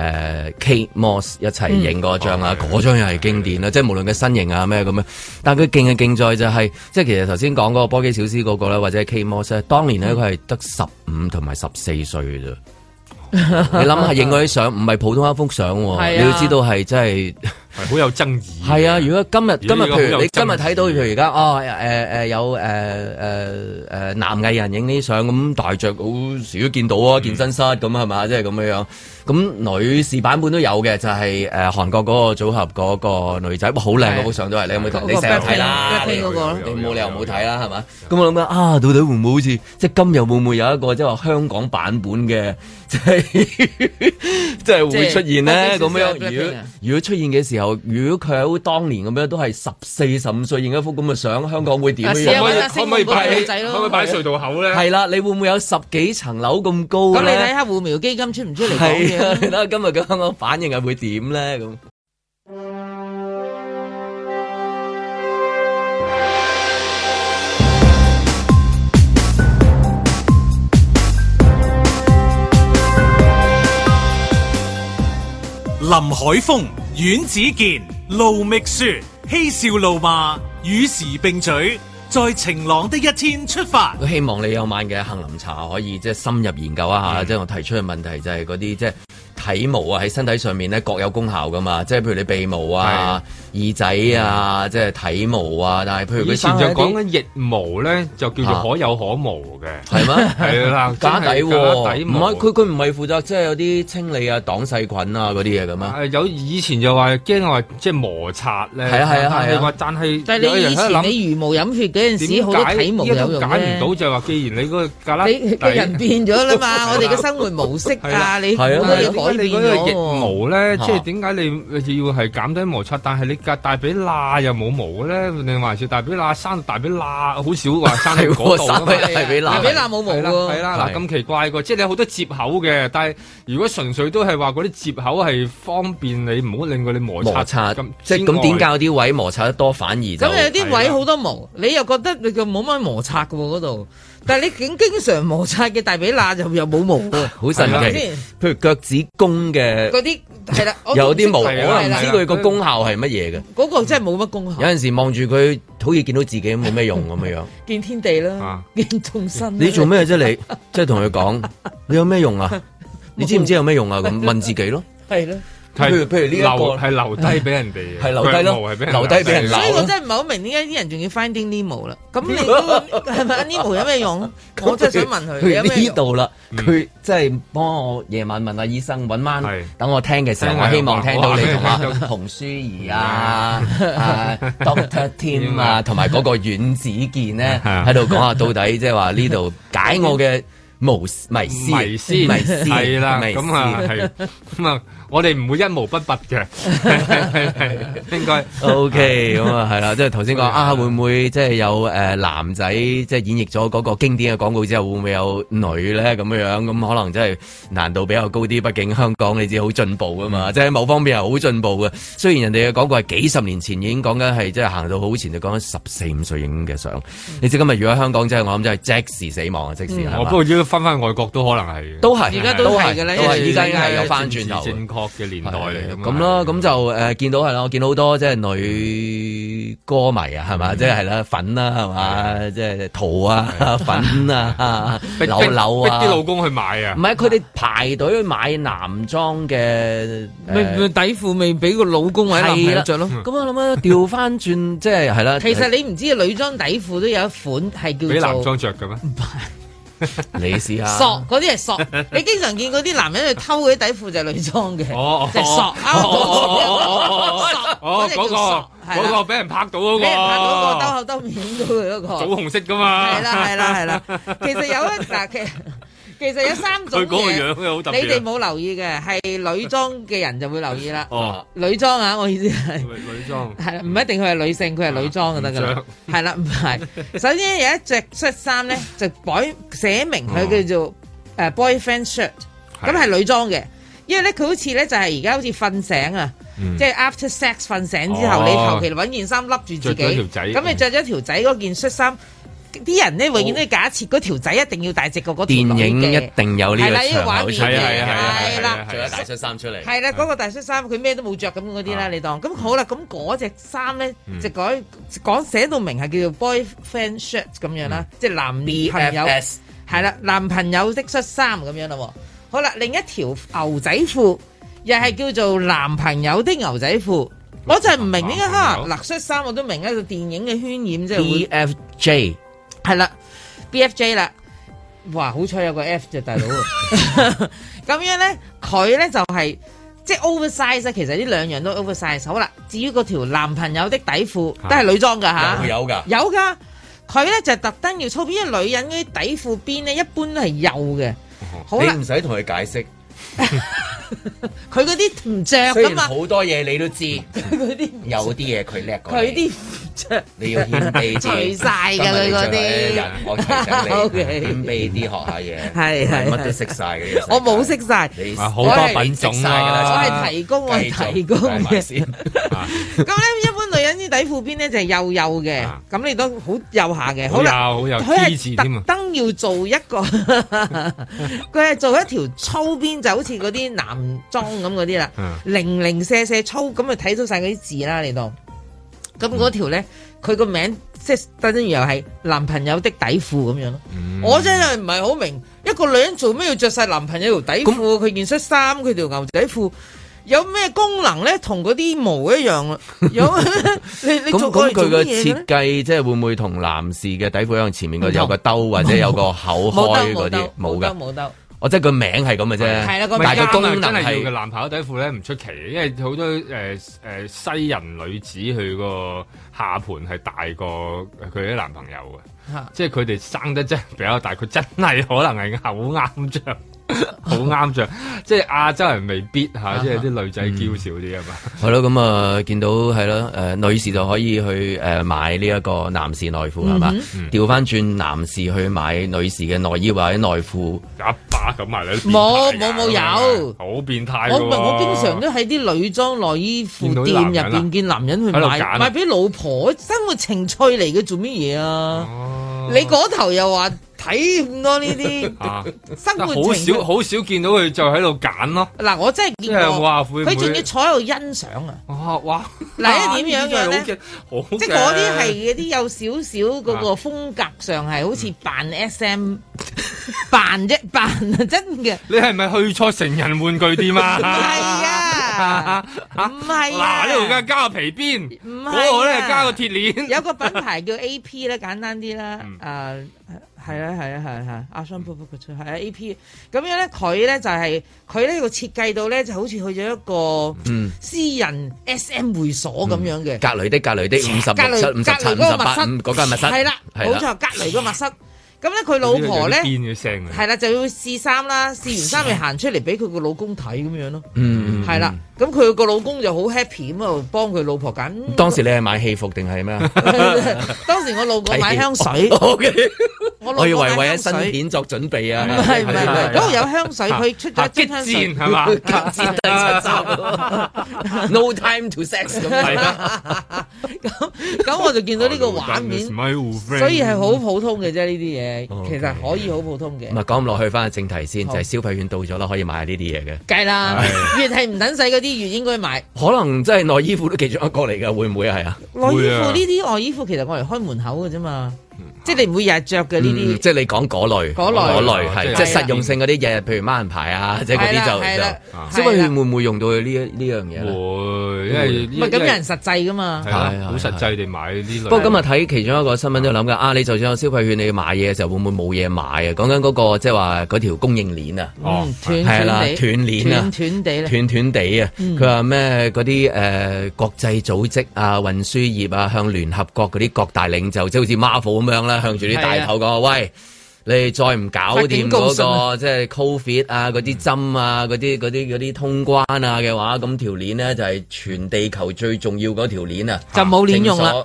S2: 誒 Kate Moss 一齊
S4: 嗯
S2: 影嗰張啊，嗰張又係經典
S4: 哦
S2: 啦，即係無論佢身形啊咩咁樣，但佢勁嘅勁在就係、即係其實頭先講嗰個波基小斯嗰個咧，或者 Kate Moss 咧，當年
S4: 嗯
S2: 咧佢係得十五同埋十四歲嘅
S4: [LAUGHS]
S2: 啫。你諗下影嗰啲相，唔係普通一幅相喎，
S4: 係啊
S2: 你要知道係真係。
S3: 係好有爭議。
S2: 係啊，如果今日今日
S3: 呢個好
S2: 譬如
S3: 有
S2: 你今日
S3: 爭議
S2: 睇到譬如而家哦誒誒有誒誒誒男藝人影呢啲相咁大着，好少都見到啊，健身室咁係嘛，即係咁樣樣。咁女士版本都有嘅，就係誒韓國嗰個組合嗰個女仔，哇好靚嗰幅相都係，你有冇睇？你成日睇啦，
S4: Blackpink
S2: 你
S4: 嗰個咯
S2: 你冇理由冇睇啦係嘛？咁我諗緊啊，到底會唔會好似即係今日會唔會有一個即係話香港版本嘅即係即係會出現咧咁樣？
S4: Blackpink 啊
S2: 如果如果出現嘅時候，如果佢喺當年咁樣都係十四十五歲影一幅咁嘅相，香港會點
S4: 啊
S3: 可
S4: 試
S3: 唔
S4: 下
S2: 樣？
S3: 可
S4: 搵
S3: 以
S4: 下
S3: 可唔可以
S4: 星夢嗰個
S3: 擺
S4: 女仔咯
S3: 可唔可以擺喺隧道口咧？
S2: 係啦，你會唔會有十幾層樓咁高
S4: 咁你睇
S2: 咧？
S4: 下胡苗基金出唔出嚟講
S2: 係啊，
S4: 嘢
S2: 你睇下今日嘅香港反應係會點咧？咁
S1: 林海峰、阮子健、路觅雪，嬉笑怒罵，與時並舉，在晴朗的一天出發。
S2: 我希望你有晚嘅杏林茶可以即係深入研究一
S3: 嗯
S2: 下，即係我提出嘅問題就係嗰啲即係體毛啊喺身體上面咧各有功效噶嘛，即係譬如你鼻毛啊、耳仔
S3: 嗯
S2: 啊、即係體毛啊，但係譬如佢
S3: 以前
S2: 生
S3: 就
S2: 喺一啲
S3: 講緊疫毛咧，就叫做可有可無嘅。
S2: 係咩？
S3: [LAUGHS]
S2: [LAUGHS]
S3: 係啦，
S2: 假底
S3: 真係假
S2: 喎，
S3: 底
S2: 唔
S3: 毛
S2: 係佢佢唔係負責即係有啲清理啊、擋細菌啊嗰啲嘢咁啊。
S3: 誒有以前就話驚話即係摩擦咧，
S2: 係啊係啊
S3: 但
S2: 係啊
S3: 話但係
S4: 但
S3: 有
S4: 係
S3: 人
S4: 你
S3: 喺
S4: 以
S3: 度
S4: 前
S3: 諗
S4: 你茹毛飲血嗰陣時，好多體毛
S3: 依家
S4: 有
S3: 都
S4: 用
S3: 解唔
S4: 啫
S3: 到，就係話既然你嗰個格拉
S4: 你嘅人變咗啦嘛，我哋嘅生活模式
S3: 係
S4: 啊，
S3: 啦
S4: 你
S2: 係啊
S4: 我
S2: 係啊
S3: 點解
S4: 哋改
S3: 你
S4: 變
S3: 嗰個
S4: 咗啊
S3: 腋
S4: 喎。
S3: 毛咧，
S2: 嚇
S3: 即係點解你要係減低摩擦，但係你隔大髀罅又冇毛咧？你還是大髀罅生到大髀罅，好少話生到
S2: 係
S3: 嗰
S2: 喎，
S3: 度啊
S4: [LAUGHS]
S2: 省
S3: 嘛
S2: 位係俾
S4: 大
S2: 攬
S4: 髀罅冇毛
S3: 係啦，係
S4: 喎，
S3: 啦，
S2: 係
S3: 嗱咁奇怪個，即係你有好多接口嘅，但係如果純粹都係話嗰啲接口係方便你，唔好令佢你摩擦
S2: 摩擦
S3: 咁，
S2: 即係
S3: 之
S2: 咁
S3: 外
S2: 點解有啲位摩擦得多反而就
S4: 咁有啲位好多毛，你又覺得你個冇乜摩擦嘅喎嗰度，但係你經經常摩擦嘅大髀罅就又冇毛喎，
S2: 好神
S3: 係啦
S2: 奇？譬如腳趾公嘅
S4: 嗰啲係啦，我
S2: 有啲毛，我
S4: 係
S3: 啊
S2: 可能唔
S4: 啦係
S2: 知
S4: 啦
S2: 佢個功效係乜嘢嘅。
S4: 嗰個真係冇乜
S2: [LAUGHS]
S4: 功
S2: 有
S4: 效，
S2: 陣時望住佢，好似見到自己冇咩用咁樣
S4: [LAUGHS]
S2: 樣。
S4: 見天地啦
S3: 啊，
S4: 見眾生啦。
S2: 你做咩啫？
S4: [LAUGHS]
S2: 你即係同佢講，你有咩用啊？你知唔知有咩用啊？咁問自己咯。
S4: 係咯？
S3: 係
S2: 譬如譬如呢一個
S3: 留係留低俾人哋嘅，
S2: 係留低咯
S3: 腳毛係俾人
S2: 留低俾人
S3: 嘅
S2: 鬧啊
S4: 所以我真係唔係好明點解啲人仲要 finding Nemo 啦。
S2: [LAUGHS]
S4: 咁你都係咪 Nemo 有咩用？ [LAUGHS] 我真係想問佢
S2: 佢
S4: 有咩
S2: 呢
S4: 用？
S2: 度啦，
S3: 嗯
S2: 佢即係幫我夜晚問下醫生揾翻
S3: 係，
S2: 等我聽嘅時候，
S3: 聽
S2: 我
S3: 下
S2: 希望聽到你同
S3: 哇 [LAUGHS]
S2: 阿洪舒怡啊、啊 Doctor Tim 啊，同埋嗰個阮子健咧，
S3: [LAUGHS] 係啊
S2: 喺度講下到底即係話呢度解我嘅無迷思啊
S3: 迷思
S2: 迷思
S3: 係啦，
S2: 迷思
S3: 咁啊係咁啊，我哋唔會一毛不拔嘅，應該
S2: O K，咁啊係啦，即係頭先講啊，會唔會即係有誒男仔即係演繹咗嗰個經典嘅廣告之後，會唔會有女咧咁樣樣？咁可能真係難度比較高啲，畢竟香港你知好進步噶嘛，即係某方面係好進步嘅。雖然人哋嘅廣告係幾十年前已經講緊係即係行到好前，就講緊十四五歲影嘅相。你知今日如果香港真係我諗真係即時死亡啊，即時係
S3: 嗯我
S2: 嘛
S3: 不過要翻翻外國都可能係嘅。
S2: 都係，
S4: 而家都係㗎啦
S2: 都係
S4: 因為
S2: 依家已經係有翻轉
S3: 政
S2: 頭
S3: 治。正確嘅年代嚟㗎嘛
S2: 咁咯，咁就誒見到係啦，我見到好多即係女歌迷啊，係嘛，即係係啦，粉啦，係嘛，即係圖啊，粉啊，
S3: 逼
S2: 扭扭啊
S3: 逼逼，啲老公去買啊
S2: 唔。係佢哋排隊去買男裝嘅
S4: 咪咪
S2: 誒
S4: 底褲咪俾個老公或者男朋
S2: 係
S4: 友
S2: 啦
S4: 着咯。
S2: 咁我諗啊，調翻轉即係係啦，
S4: 其 [LAUGHS] 實你唔知啊女裝底褲都有一款係
S3: 俾
S4: 叫
S3: 男
S4: 做
S3: 裝着嘅咩？
S2: 你試下
S4: 索，嗰啲
S2: [LAUGHS]
S4: 係索。你經常見嗰啲男人去偷嗰啲底褲就係女裝嘅，
S3: 哦
S4: 就係索
S3: 哦哦
S4: 啊，
S3: 哦，
S4: 索
S3: 嗰
S4: 隻叫索
S3: 個
S4: 係
S3: 嗰
S4: 啦
S3: 個俾人拍到嗰
S4: 俾人拍嗰個兜
S3: 個，
S4: 口兜面嗰個嗰個，
S3: 棗紅色噶嘛。
S4: 係啦係啦係啦。其實
S3: [LAUGHS]
S4: 有一嗱，其其實有三種
S3: 佢嗰個樣
S4: 嘢，
S3: 好特別啊。
S4: 你哋冇留意嘅，係女裝嘅人就會留意啦。
S3: 哦，
S4: 女裝啊，我意思係
S3: 女。女
S4: [LAUGHS]
S3: 裝
S4: 系唔一定佢係女性，佢係女裝就得噶啦
S3: 唔。
S4: 係啦，唔係。首先有一隻恤衫咧，就改寫明佢叫做誒 boyfriend shirt，
S3: 係
S4: 咁係女裝嘅。因為咧佢好似咧就係而家好似瞓醒啊，即係 after sex 瞓醒之後，
S3: 哦
S4: 你求其揾件衫笠住自己，
S3: 着咗條仔
S4: 咁你着咗條仔嗰件恤衫，啲人咧永遠都係假設嗰條仔一定要大隻過嗰條
S2: 電
S4: 女
S2: 影
S4: 嘅
S2: 一定有呢
S4: 係
S2: 個
S4: 啦，呢個
S2: 場
S4: 畫
S2: 口
S4: 面
S2: 出
S3: 係
S4: 嘅
S3: 啊係
S2: 現
S3: 啊係啊係啊
S4: 係啦。
S3: 係啊
S2: 恤衫出嚟
S4: 係啦，嗰個大恤衫佢咩都冇着咁嗰啲啦，你當咁好啦，咁嗰隻衫咧就改講寫到明係叫做 boyfriend shirt 咁樣啦，即係男朋友係啦，男朋友的恤衫咁樣咯。好啦，另一條牛仔褲又係叫做男朋友的牛仔褲，我就係唔明點解
S3: 男
S4: 嚇
S3: 朋友
S4: 嗱恤衫我都明啊，個電影嘅渲染即係會
S2: E F J
S4: 係啦，BFJ 啦，哇，好彩有個 F 啫，大佬。 [LAUGHS] 咁樣咧，佢咧就係、即係 oversize 啊其實呢兩樣都 oversize。好啦，至於嗰條男朋友的底褲都係女裝㗎吓，
S2: 有㗎，
S4: 有㗎。佢咧就特登要粗邊，因為女人嗰啲底褲邊咧一般都係幼嘅。好啦
S2: 你，唔使同佢解釋。
S4: 佢嗰啲唔着
S2: 雖
S4: 㗎
S2: 然
S4: 嘛，
S2: 好多嘢你都知，
S4: 佢啊啲唔
S2: 有啲嘢佢叻過你
S4: 佢啲唔着。
S2: 你要謙卑啲，
S4: 除晒㗎
S2: 今日你
S4: 佢嗰啲
S2: 做一日我提醒
S4: [LAUGHS] OK
S2: 你謙卑啲學下嘢，
S4: 係係
S2: 乜都識晒嘅呢個世界。
S4: 我冇識晒，
S2: 你
S3: 啊好
S4: 多
S3: 品
S2: 你識
S3: 種啊
S2: 晒㗎
S4: 我
S2: 啦
S4: 係提供，我
S2: 繼
S4: 係
S2: 續
S4: 提供
S2: 講埋
S4: 嘅。
S2: 先
S3: 啊
S4: 咁咧，一般女人啲底褲邊咧就係幼幼嘅
S3: 啊，
S4: 咁你都好幼下嘅。
S3: 好
S4: 好
S3: 有
S4: 啦，
S3: 好有
S4: 佢
S3: 支持
S4: 係
S3: 添
S4: 特
S3: 啊！
S4: 登要做一個， [LAUGHS] 佢係做一條粗邊，就好似嗰啲男裝咁嗰啲啦
S3: 嗯，
S4: 零零舍舍粗，咁啊睇到晒嗰啲字啦，你度。咁嗰
S3: 嗯
S4: 條咧，佢個名即係等於又係男朋友的底褲咁樣咯。
S3: 嗯
S4: 我真係唔係好明，一個女人做咩要着晒男朋友條底褲？佢件恤衫，佢條牛仔褲。有咩功能咧？同嗰啲毛一樣
S3: [LAUGHS]
S4: 啊！有你 [LAUGHS] 你
S2: 咁
S4: 做
S2: 咁
S4: 過嚟做
S2: 佢
S4: 乜
S2: 個
S4: 嘢嘅
S2: 設
S4: 咧？
S2: 計即係會唔會同男士嘅底褲一樣？前面個
S4: 唔同
S2: 有個兜或者有個口開
S4: 冇
S2: 嗰啲
S4: 兜冇兜
S2: 冇
S4: 兜
S2: 㗎。
S4: 冇兜。
S2: 我即係個名係咁嘅啫，
S4: 係啦個
S3: 唔
S4: 名啊
S2: 但係
S3: 係
S2: 個功能
S3: 真係要嘅
S2: 係
S3: 男朋友底褲咧唔出奇，因為好多誒誒西人女子佢個下盤係大過佢啲男朋友嘅
S4: 嚇，
S3: 即係佢哋生得真係比較大，佢真係可能係好啱着，
S4: [LAUGHS]
S3: 好啱着，即係亞洲人未必
S4: 啊
S3: 嚇，即係啲女仔嬌小啲啊嘛。
S2: 係咯，咁啊見到係咯，誒女士就可以去誒買呢一個男士內褲係
S4: 嗯
S2: 嘛，調翻轉男士去買女士嘅內衣或者內褲。
S3: 一巴咁埋你都變
S4: 嗯冇
S3: 態㗎
S4: 冇冇有
S3: 好變態
S4: 我
S3: 㗎
S4: 唔
S3: 喎
S4: 係我經常都喺啲女裝內衣褲
S3: 哎見到啲
S4: 店入
S3: 男人啊
S4: 邊見男人去
S3: 喺度
S4: 買
S3: 揀啊
S4: 買俾老婆，生活情趣嚟嘅做乜嘢啊？
S3: 哦
S4: 你嗰頭又話睇咁多呢啲
S3: [LAUGHS] 啊
S4: 生
S3: 但
S4: 活
S3: 好
S4: 情趣
S3: 少，好少見到佢就喺度揀咯。
S4: 嗱，我真係
S3: 即係
S4: 見過，
S3: 哇會唔會
S4: 佢仲要坐喺度欣賞啊！
S3: 哇哇！
S4: 嗱因為點樣嘅呢
S3: 呢啲真係好嘅好
S4: 即係
S3: 嘅
S4: 嗰啲係嗰啲有少少嗰個風格上係好
S3: 啊
S4: 似扮 S.M. 扮啫扮啊真嘅，
S3: 你係咪去錯成人玩具店啊？
S4: [LAUGHS] 唔係啊，唔係
S3: [LAUGHS]
S4: 啊，
S3: 嗱呢度嘅加個皮鞭，
S4: 唔係啊
S3: 嗰個咧加個鐵鏈。
S4: 有個品牌叫 A.P. 咧，簡單啲啦，
S3: 嗯
S4: 誒係啦係啦係係阿桑布布佢出係啊 A.P. 咁樣咧，佢咧就係佢呢個設計到咧就好似去咗一個
S3: 嗯
S4: 私人 S.M. 會所咁樣嘅。
S2: 隔雷的隔雷的五十
S4: 隔
S2: 六
S4: 離
S2: 七五十七
S4: 隔離
S2: 五十
S4: 嗰個密
S2: 八
S4: 室
S2: 五嗰間密室
S4: 係啦，
S2: 係
S4: 冇
S2: 啦，
S4: 錯，隔離個密室。咁咧，佢老婆咧
S3: 有啲鞭嘅聲啊
S4: 係啦，就要試衫啦，試完衫咪行出嚟俾佢個老公睇咁樣咯。
S2: 嗯，
S4: 係啦，咁佢個老公就好 happy 咁啊，幫佢老婆揀。
S2: 當時你係買戲服定係咩啊？，
S4: [LAUGHS] 當時我老公買香水
S2: O K，
S4: 我
S2: [LAUGHS]
S4: 老
S2: 我以
S4: 公
S2: 為
S4: 買
S2: 為
S4: 香
S2: 咗新
S4: 水。
S2: 片作準備啊，
S4: 唔係唔係唔係，
S3: 係
S4: 嗰度有香水，佢出咗
S3: 啊
S4: 一
S3: 激
S4: 樽香水
S3: 戰。係嘛？
S2: 格子第七集 [LAUGHS] ，No time to sex
S4: [LAUGHS]
S2: 咁樣。
S3: 係啦，
S4: [LAUGHS] 咁咁我就見到呢個畫面，
S3: My old friend
S4: 所以係好普通嘅啫呢啲嘢。嘅，其實可以好普通嘅
S2: 唔，係講啊唔落去，翻個正題先，就
S4: 好
S2: 係消費券到咗啦，可以買呢啲嘢嘅。
S4: 計啦，越係唔等使嗰啲越應該買。
S2: 可能真係內衣褲都其中一個嚟㗎，會唔會係啊？
S4: 內衣
S3: 會啊
S4: 褲呢啲外衣褲其實我嚟開門口嘅啫嘛，即係你唔會日日着嘅
S2: 嗯
S4: 呢
S2: 即係你講嗰類，
S4: 嗰類哦
S2: 類係
S3: 即係
S2: 即係實用性嗰啲嘢，譬如孖人牌啊，即係嗰啲就
S4: 係啦啊係啦
S2: 就消費券會唔會用到佢呢一呢樣嘢咧？
S3: 會，因為
S4: 啲，唔係咁有人實際噶嘛
S3: 係。
S2: 係係
S3: 啦，好實際地買呢類。
S2: 不過今日睇其中一個新聞都諗緊啊，你就算有消費券，你買嘢嘅時候會唔會冇嘢買啊？講緊嗰個即係話嗰條供應鏈啊，
S3: 哦
S4: 嗯，斷
S2: 係啦
S4: 斷地，
S2: 斷鏈啊
S4: 斷斷地咧，
S2: 斷斷地啊！
S4: 嗯
S2: 佢話咩嗰啲誒國際組織啊、運輸業啊，向聯合國嗰啲各大領袖，即係好似 Marvel 咁樣啦，向住啲大頭講：喂，你再唔搞
S4: 啊發
S2: 掂
S4: 警
S2: 嗰、
S4: 告信
S2: 個即係 Covid 啊、嗰啲針啊、嗰啲嗰啲嗰啲通關啊嘅話，咁條鏈呢就係、全地球最重要嗰條鏈啊！
S4: 就冇鏈用啦，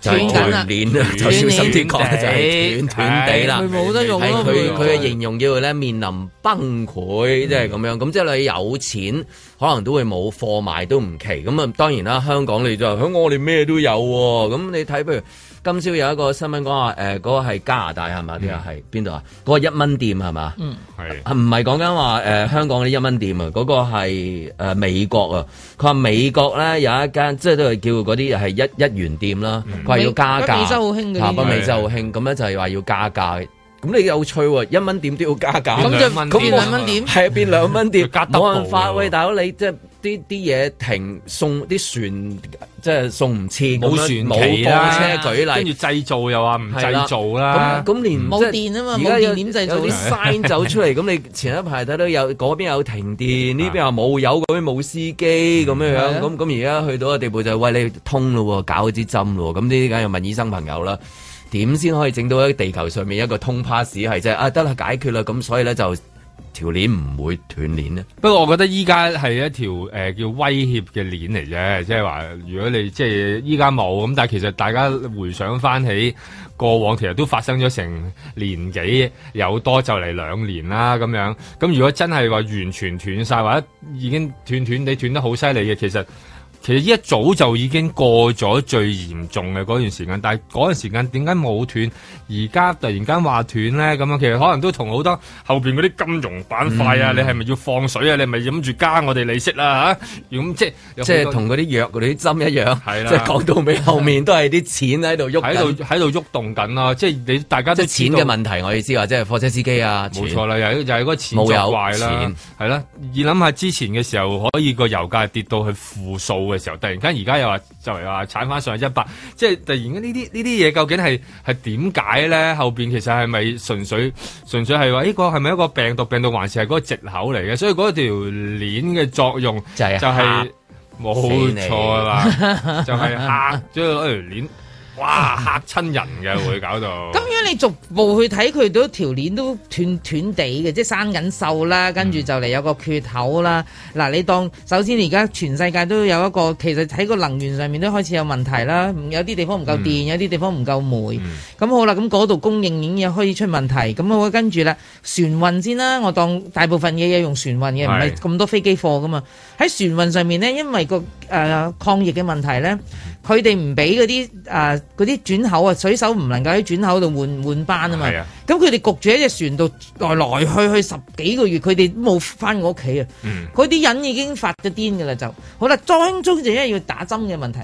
S2: 就係
S4: 斷緊啦
S2: 斷鏈啊！就小心啲講就係斷斷地啦。
S4: 咪冇得用
S2: 係
S3: 啊
S4: 咯。
S2: 佢
S4: 咪
S2: 佢嘅形容叫做咧面臨崩潰，即係咁樣。咁即係你有錢，可能都會冇貨賣都唔奇。咁啊，當然啦，香港你就香港我哋咩都有喎。咁你睇譬如今朝有一個新聞講話，誒、呃嗰、個係加拿大係嘛？啲啊係邊度啊？嗰、個一蚊店係嘛？嗯。
S3: 係
S2: 啊，唔係講緊話誒香港嗰啲一蚊店啊，嗰、個係、呃、美國啊。佢話美國咧有一間，即係都係叫嗰啲係一一元店啦。佢話、要加
S4: 北美
S2: 價，
S4: 洲好興嗰啲
S2: 啊北美洲好興，咁咧就係話要加價。咁你有趣喎，一蚊店都要加價。
S4: 咁
S3: 兩蚊
S4: 就變
S3: 點啊
S4: 兩蚊點。
S2: 係變兩蚊碟，
S3: 要加
S2: 冇辦
S3: double
S2: 法
S3: 喎
S2: 喂，大佬你即係啲啲嘢停送啲船，即係送唔切，咁樣
S3: 冇船期
S2: 冇貨
S3: 啦，
S2: 車舉
S3: 跟
S2: 例
S3: 住。製造又話唔
S2: 係啦
S3: 製造
S2: 咁
S3: 啦，
S2: 咁連
S4: 冇
S2: 即係
S4: 電啊嘛
S2: 而家
S4: 冇電
S2: 有
S4: 點製造
S2: 有啲
S4: 咧
S2: sign 走出嚟，咁你前一排睇到有嗰邊有停電，呢邊又冇油，嗰邊冇司機咁
S3: 嗯
S2: 樣
S3: 啊
S2: 樣，咁咁而家去到嘅地步就係喂你通咯喎，搞支針咯喎，咁呢啲梗係問醫生朋友啦。點先可以整到喺地球上面一個通 pass 係即係啊得啦解決啦，咁所以咧就條鏈唔會斷鏈咧。
S3: 不過我覺得依家係一條誒、呃叫威脅嘅鏈嚟啫，即係話如果你即係依家冇咁，但係其實大家回想翻起過往，其實都發生咗成年幾有多就嚟兩年啦咁樣。咁如果真係話完全斷晒，或者已經斷斷地斷得好犀利嘅，其實。其實一早就已經過咗最嚴重嘅嗰段時間，但係嗰段時間點解冇斷？而家突然間話斷咧咁樣，其實可能都同好多後邊嗰啲金融板塊
S2: 嗯
S3: 啊，你係咪要放水啊？你係咪諗住加我哋利息啦、啊、嚇？咁即係有
S2: 即
S3: 好
S2: 係
S3: 多
S2: 同嗰啲藥嗰啲針一樣，
S3: 係啦
S2: 即係講到尾後面都係啲錢喺度喐
S3: 喺
S2: 緊，
S3: 度喺度喐動緊啦、即係你大家
S2: 即係
S3: 都
S2: 錢
S3: 知
S2: 嘅
S3: 道
S2: 問題。我意思話，即係貨車司機啊，
S3: 冇
S2: 錢
S3: 錯啦，又係又係嗰個錢
S2: 冇有
S3: 作怪啦
S2: 錢，
S3: 係啦。你諗下之前嘅時候，可以個油價跌到去負數嘅時候，突然間而家又話就嚟話產翻上去一百，即係突然間呢啲呢啲嘢究竟係係點解咧？後邊其實係咪純粹純粹係話呢個係咪一個病毒病毒，還是係嗰個藉口嚟嘅？所以嗰條鏈嘅作用
S2: 就係
S3: 就
S2: 嚇
S3: 係冇錯啦，就係嚇咗嗰條鏈，哇嚇親人嘅會搞到。
S4: 咁樣你逐步去睇佢嗰條鏈都斷斷地嘅，即係生緊鏽啦，跟住就嚟有個缺口啦。嗱，你當首先而家全世界都有一個，其實喺個能源上面都開始有問題啦。唔有啲地方唔夠電，有啲地方唔夠煤。咁、好啦，咁嗰度供應鏈又開始出問題。咁好跟住啦，船運先啦。我當大部分嘅嘢用船運嘅，唔係
S3: 係
S4: 咁多飛機貨噶嘛。喺船運上面呢，因為個誒、呃抗疫嘅問題呢，佢哋唔俾嗰啲誒嗰啲轉口啊，水手唔能夠喺轉口度換換班啊嘛
S3: 係啊。
S4: 咁佢哋焗住喺隻船度來來去去十幾個月，佢哋都冇翻過屋企啊。
S3: 嗯
S4: 嗰啲、人已經發咗癲㗎啦，就好啦。當中就因為要打針嘅問題。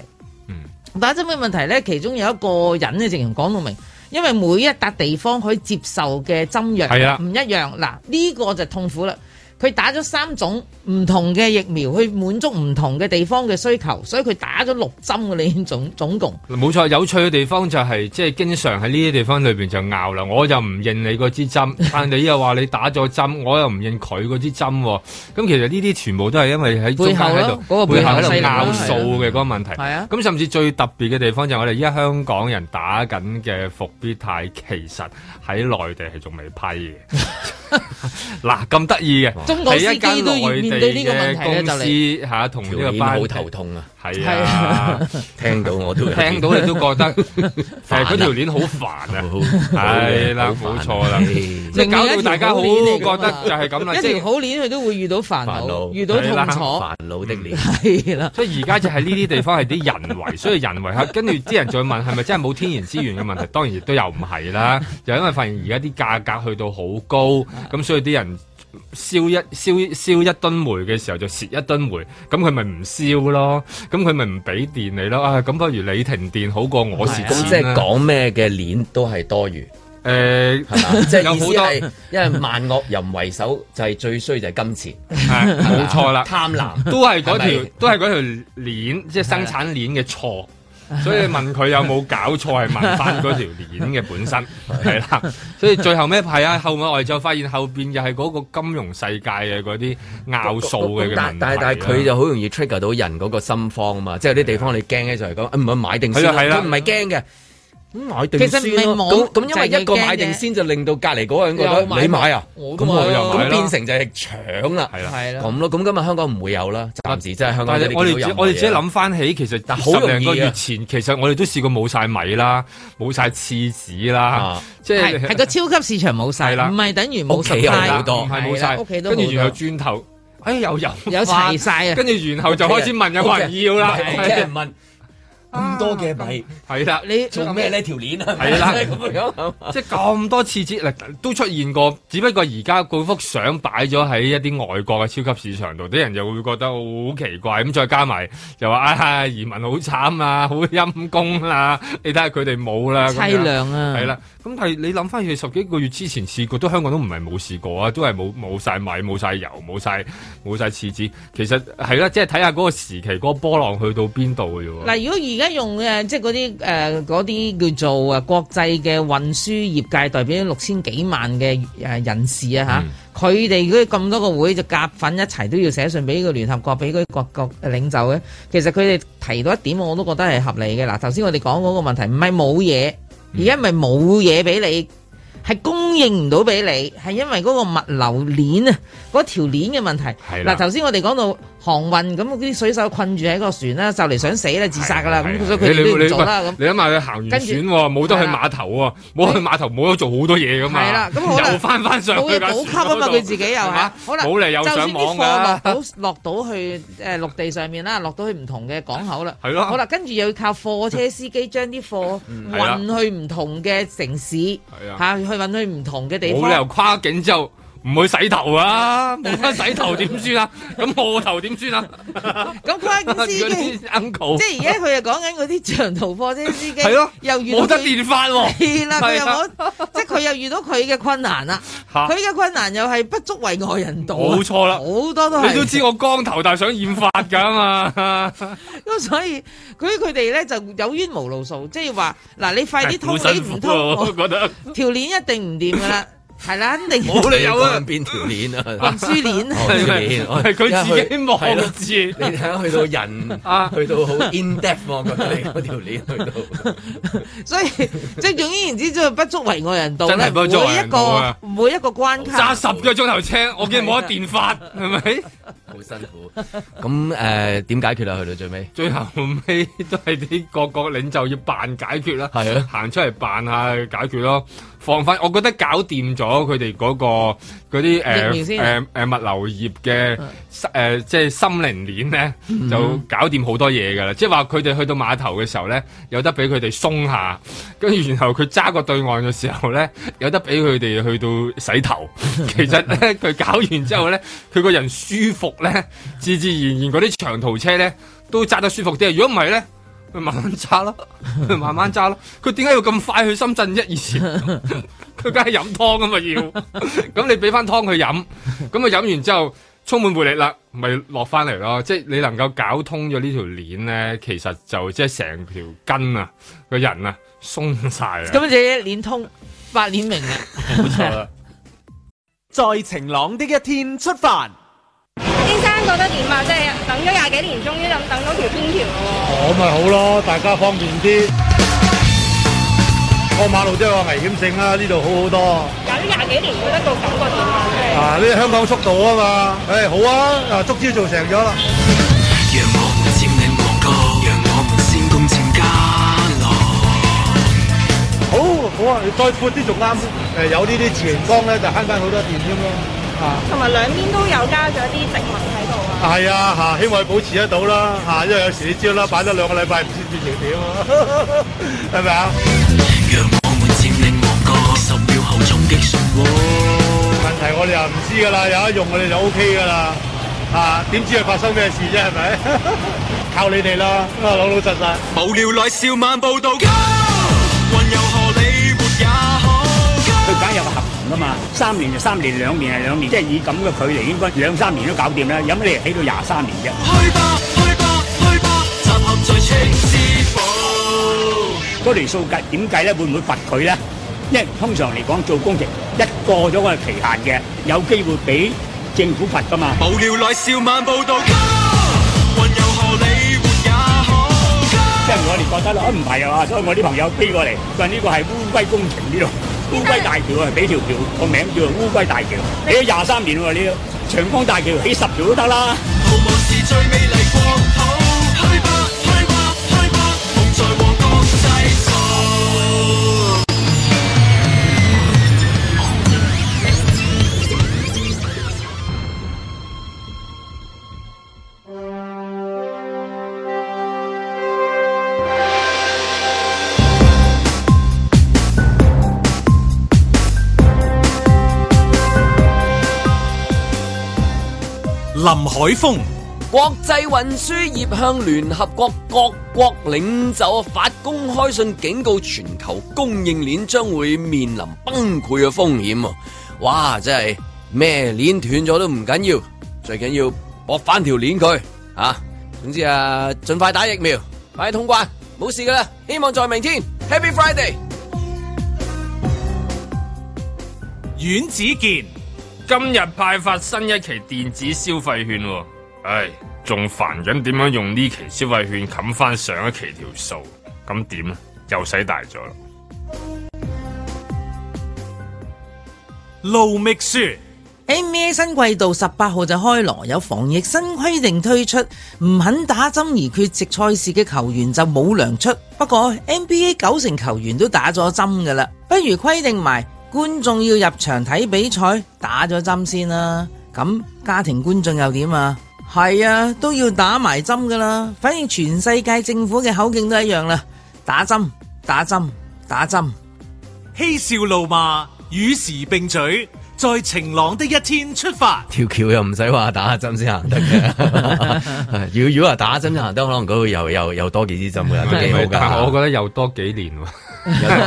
S4: 打針嘅問題呢，其中有一個人呢，直情講到明，因為每一笪地方佢接受嘅針藥
S3: 係啦
S4: 唔一樣，嗱呢、個就痛苦啦。佢打咗三種唔同嘅疫苗，去滿足唔同嘅地方嘅需求，所以佢打咗六針嘅你已經總總共。
S3: 冇錯，有趣嘅地方就係、即係經常喺呢啲地方裏邊就拗啦，我又唔認你嗰支
S4: [LAUGHS]
S3: 針，但你又話你打咗針，我又唔認佢嗰支針喎。咁其實呢啲全部都係因為喺中間喺
S4: 背後咯嗰個
S3: 度
S4: 背
S3: 背
S4: 後
S3: 後喺
S4: 勢力
S3: 度
S4: 啦
S3: 拗數嘅嗰個問題。
S4: 係啊
S3: 咁甚至最特別嘅地方就係我哋依家香港人打緊嘅復必泰，其實喺內地係仲未批嘅。
S4: [LAUGHS]
S3: 嗱咁得意嘅，
S4: 中國司
S3: 係一間
S4: 機都要
S3: 內地
S4: 面對呢個問題
S3: 嘅
S4: 咧就
S3: 公司
S4: 嚟
S3: 嚇同呢
S2: 條
S3: 個
S2: 鏈
S3: 班
S2: 好頭痛啊！
S3: 係啊，
S2: 聽到我都有啲
S3: 聽到你都覺得誒
S2: 煩啊
S3: 嗰條鏈好煩啊！
S2: 好
S3: 係啦
S2: 好煩啊
S3: 冇錯啦
S2: 唉
S3: 即係搞到大家好
S4: 另一條好鏈嚟㗎
S3: 覺
S4: 嘛
S3: 得就係咁啦，啊
S4: 一
S3: 即
S4: 條
S3: 係
S4: 好鏈佢都會遇到煩
S2: 煩惱
S4: 惱，遇到
S3: 係啦
S4: 痛
S2: 煩惱的年，
S4: 楚， [LAUGHS] 係啦。
S3: 所以而家就係呢啲地方係啲人為，所以人為嚇，跟住啲人就會問係咪真係冇天然資源嘅問題？當然亦都又唔係啦，就因為發現而家啲價格去到好高，咁所以啲人燒一燒燒一噸煤嘅時候就蝕一噸煤，咁佢咪唔燒咯，咁佢咪唔俾電你咯，啊咁不如你停電好過我蝕
S2: 咁即係
S3: 錢啦。
S2: 講咩嘅鏈都係多餘，
S3: 誒
S2: 係嘛？即係意思係因
S3: 有，
S2: 為萬惡淫為首，就係最衰就係金錢，
S3: 係冇錯啦。
S2: 貪婪。
S3: [LAUGHS] 都係
S2: 係
S3: 嗰條
S2: 咪
S3: 都係嗰條鏈，即係生產鏈嘅錯。所以問佢有冇搞錯，係問翻嗰條鏈嘅本身係啦。所以最後咩係啊？後尾我哋就發現後邊又係嗰個金融世界嘅嗰啲拗數嘅嘅問題
S2: 但但但係佢就好容易 trigger 到人嗰個心慌啊嘛，即係有啲地方你驚咧就係講，啊唔係買定先啦，
S3: 係啦係啦
S2: 佢唔係驚嘅。咁買定
S4: 其實唔
S2: 先
S4: 係
S2: 咯咁
S4: 冇
S2: 咁因
S4: 就係
S2: 為
S4: 佢
S2: 一個
S4: 驚啫
S2: 買定先就令到隔離嗰個人覺
S4: 又買
S2: 得你買啊，
S4: 我
S2: 咁
S4: 都買
S2: 我
S4: 啦
S2: 又
S3: 買
S2: 咁
S3: 啦
S2: 變成就係搶啦，
S3: 係啦。
S4: 係啦，
S2: 咁咯。咁今日香港唔會有啦，暫時真係香港
S3: 但係我哋
S2: 你
S3: 自
S2: 見到
S3: 我
S2: 任何嘢
S3: 哋
S2: 啊
S3: 自己諗翻起，其實
S2: 但好
S3: 十
S2: 容易啊
S3: 零個月前，其實我哋都試過冇晒米啦，冇晒廁紙啦
S2: 啊，
S3: 即
S4: 係係個超級市場冇晒，
S3: 係啦
S4: 唔係等於冇
S2: 屋企
S4: supply
S2: 有好多
S3: 唔係冇
S4: 係
S3: 晒，
S4: 啦屋企都
S3: 跟住
S4: 好
S3: 然後
S4: 多
S3: 轉頭，哎又有
S4: 有齊晒
S3: [LAUGHS]
S4: 啊！
S3: 跟住然後就開始問有冇人
S4: [LAUGHS]
S3: 要啦，
S2: 係即係人問咁多嘅米
S3: 係啦。
S4: 你
S2: 做咩呢？條鏈啊，
S3: 係
S2: [LAUGHS]
S3: 啦
S2: 咁樣
S3: 即係咁多次之嗱都出現過，只不過而家嗰幅相擺咗喺一啲外國嘅超級市場度，啲人就會覺得好奇怪。咁再加埋又話啊移民好慘啊，好陰公啦， [LAUGHS] 你睇下佢哋冇啦，咁
S4: 凄
S3: 樣
S4: 涼啊！
S3: 係啦，咁但係你諗翻去十幾個月之前試過，都香港都唔係冇試過啊，都係冇冇晒米、冇晒油、冇晒冇晒廁紙。其實係啦，即係睇下嗰個時期嗰個波浪去到邊度嘅啫喎。
S4: 嗱，如果而家用誒，即係嗰啲誒嗰啲叫做誒國際嘅運輸業界代表六千幾萬嘅誒人士
S3: 嗯
S4: 啊嚇，佢哋嗰啲咁多個會就夾粉一齊都要寫信俾個聯合國，俾嗰啲各國呃領袖嘅。其實佢哋提到一點，我都覺得係合理嘅。嗱，頭先我哋講嗰個問題，唔係冇嘢，
S3: 嗯
S4: 而家唔係冇嘢俾你。係供應唔到俾你，係因為嗰個物流鏈啊，嗰條鏈嘅問題。
S3: 係啦
S4: 嗱，頭先我哋講到航運咁，嗰啲水手困住喺個船啦，就嚟想死啦，自殺噶啦，
S3: 係
S4: 咁
S3: 係
S4: 所以佢
S3: 你
S4: 哋
S3: 你
S4: 都
S3: 你
S4: 唔做啦
S3: 喂
S4: 咁。
S3: 你諗下佢行完
S4: 跟住
S3: 船喎，冇得去
S4: 係啦
S3: 碼頭喎，冇去碼頭冇得做好多嘢噶嘛。
S4: 係啦咁好啦
S3: 又翻翻上
S4: 冇
S3: 去
S4: 嘢
S3: 架
S4: 補給
S3: 船
S4: 啊
S3: 嗰
S4: 嘛，
S3: 度
S4: 佢自己又
S3: 係
S4: 係
S3: 嘛
S4: 好啦，
S3: 冇理由
S4: 就算
S3: 上
S4: 啲貨
S3: 網
S4: 落
S3: 㗎。
S4: 到落到去誒陸地上面啦，落到去唔同嘅港口啦，
S3: 係咯
S4: 好啦，跟住又要靠貨車司機將啲貨
S3: 係啦
S4: 運去唔同嘅城市，
S3: 啊
S4: 嚇去運去唔同嘅地
S3: 冇理由
S4: 方。
S3: 跨境之後唔去洗頭啊！冇得洗頭點算
S4: [LAUGHS]
S3: 啊？咁我頭點算啊？
S4: 咁關
S3: 嗰
S4: 鍵司機。
S3: 啲 uncle
S4: 即係而家佢又講緊嗰啲長途貨車司機，
S3: 係咯
S4: 又遇到
S3: 冇得
S4: 佢
S3: 電翻喎，
S4: 係啦，佢又
S3: 係啊
S4: 冇，即係佢又遇到佢嘅困難啦。
S3: 嚇
S4: 佢嘅困難又係不足為外人道啊，
S3: 啊冇錯啦
S4: 好多都係。
S3: 你都知我光頭，但係想染髮㗎嘛？
S4: 咁所以佢佢哋咧就有冤無路訴，即係話嗱，你快啲通，
S3: 好
S4: 你
S3: 辛
S4: 唔
S3: 苦
S4: 通
S3: 啊我
S4: 我
S3: 覺得
S4: 條鏈一定唔掂
S3: [LAUGHS]
S4: 噶啦，係啦，肯定
S2: 冇理由啊你講緊邊條鏈啊
S4: 運？輸鏈
S2: 哦
S3: 係
S2: 條鏈
S3: 咪係佢自己
S2: 係咯
S3: 望字。
S2: 你睇下去到人
S3: 啊
S2: 去到好 in depth，我覺得你嗰條鏈去到
S4: 所以即係總言之，即係不足為外人道
S3: 真
S4: 咧。
S3: 係不
S4: 每
S3: 足為
S4: 一
S3: 人道
S4: 個
S3: 啊
S4: 每一個關
S3: 揸
S4: 卡，
S3: 十個鐘頭車，我見冇得電發，係咪？
S2: 好辛苦。咁誒點解決啊？去到最尾
S3: 最後尾都係啲各國領袖要扮解決啦，
S2: 係啊
S3: 行出嚟扮下解決咯，放翻。我覺得搞掂咗佢哋嗰個嗰
S4: [LAUGHS]
S3: 啲
S4: 疫苗
S3: 誒
S4: 先嗯
S3: 誒誒物流業嘅誒、呃即係心靈鏈咧，就搞掂好多嘢㗎啦。即係話佢哋去到碼頭嘅時候咧，有得俾佢哋鬆下，跟住然後佢揸過對岸嘅時候咧，有得俾佢哋去到洗
S4: [LAUGHS]
S3: 頭。其實咧，佢搞完之後咧，佢個人舒服咧，自自然然嗰啲長途車咧都揸得舒服啲。如果唔係咧，佢慢慢揸
S4: [LAUGHS]
S3: 咯，佢慢慢揸咯。佢點解要咁快去深圳啫？以前佢梗係飲湯啊噶嘛要，咁你俾翻湯佢飲，咁佢飲完之後充滿活力啦，咪落翻嚟咯。即係你能夠搞通咗呢條鏈咧，其實就即係成條筋啊，個人啊鬆晒啊。
S4: 咁就一鏈通，百鏈明啊！
S3: 冇錯啦。
S5: 在晴朗的一天出發。
S7: 先生覺得點啊？即係等咗廿幾年，終於等等到條天橋咯
S8: 哦咁咪好咯，大家方便啲。過馬路都有個危險性啦，呢度好好多。
S7: 喎！有廿幾年，覺得個感覺點啊？即係
S8: 啊，呢啲香港速度啊嘛，誒、好啊，啊足之做成咗啦。
S9: 讓我唔佔領皇崗，
S10: 好啊，你再闊啲仲啱。誒有呢啲自然光咧，就慳翻好多電添咯。啊，
S7: 同埋兩邊都有加咗啲植物喺度啊。
S10: 係啊，嚇、希望佢保持得到啦。嚇、因為有時你知啦，擺得兩個禮拜唔知變成點啊， [LAUGHS] 係咪啊？問題我哋又唔知噶啦，有得用我哋就 O K 噶啦。啊，點知佢發生咩事啫？係咪？ [LAUGHS] 靠你哋啦，啊老老實實。
S9: 佢梗係有個合同噶嘛，三年就三年，兩年係兩年，即係以咁嘅距離，應該兩三年都搞掂啦。有乜理由起到廿三年啫？嗰條數計點計咧？會唔會罰佢咧？因為通常嚟講做工程一過咗個期限嘅，有機會俾政府罰噶嘛。即係我哋覺得啦，啊唔係啊，所以我啲朋友飛過嚟，佢話呢個係烏龜工程呢度，烏龜大橋啊，俾條橋個名叫做烏龜大橋，起咗廿三年喎，呢個長江大橋起十條都得啦。
S1: 林海峰、
S2: 國際運輸業向聯合國各國領袖發公開信，警告全球供應鏈將會面臨崩潰嘅風險喎。哇！真係咩鏈斷咗都唔緊要，最緊要駁翻條鏈佢啊！總之啊，盡快打疫苗，快啲通關，冇事噶啦。希望在明天，Happy Friday。
S1: 阮子健、
S3: 今日派發新一期電子消費券喎，唉，仲煩緊點樣用呢期消費券冚翻上一期條數，咁點咧？又使大咗啦！
S1: 盧覓雪。
S4: NBA 新季度十八號就開鑼，有防疫新規定推出，唔肯打針而缺席賽事嘅球員就冇糧出。不過 NBA 九成球員都打咗針噶啦，不如規定埋觀眾要入場睇比賽，打咗針先啦。咁家庭觀眾又點啊？係啊，都要打埋針噶啦。反正全世界政府嘅口徑都一樣啦，打針、打針、打針。
S1: 嬉笑怒罵，與時並舉，在晴朗的一天出發。
S2: 條橋又唔使話打針先行得 [LAUGHS] 嘅，如果如果話打針先行得，可能嗰度又又又多幾支針嘅，都幾好
S3: 但係我
S2: 㗎。
S3: 覺得又多幾年喎，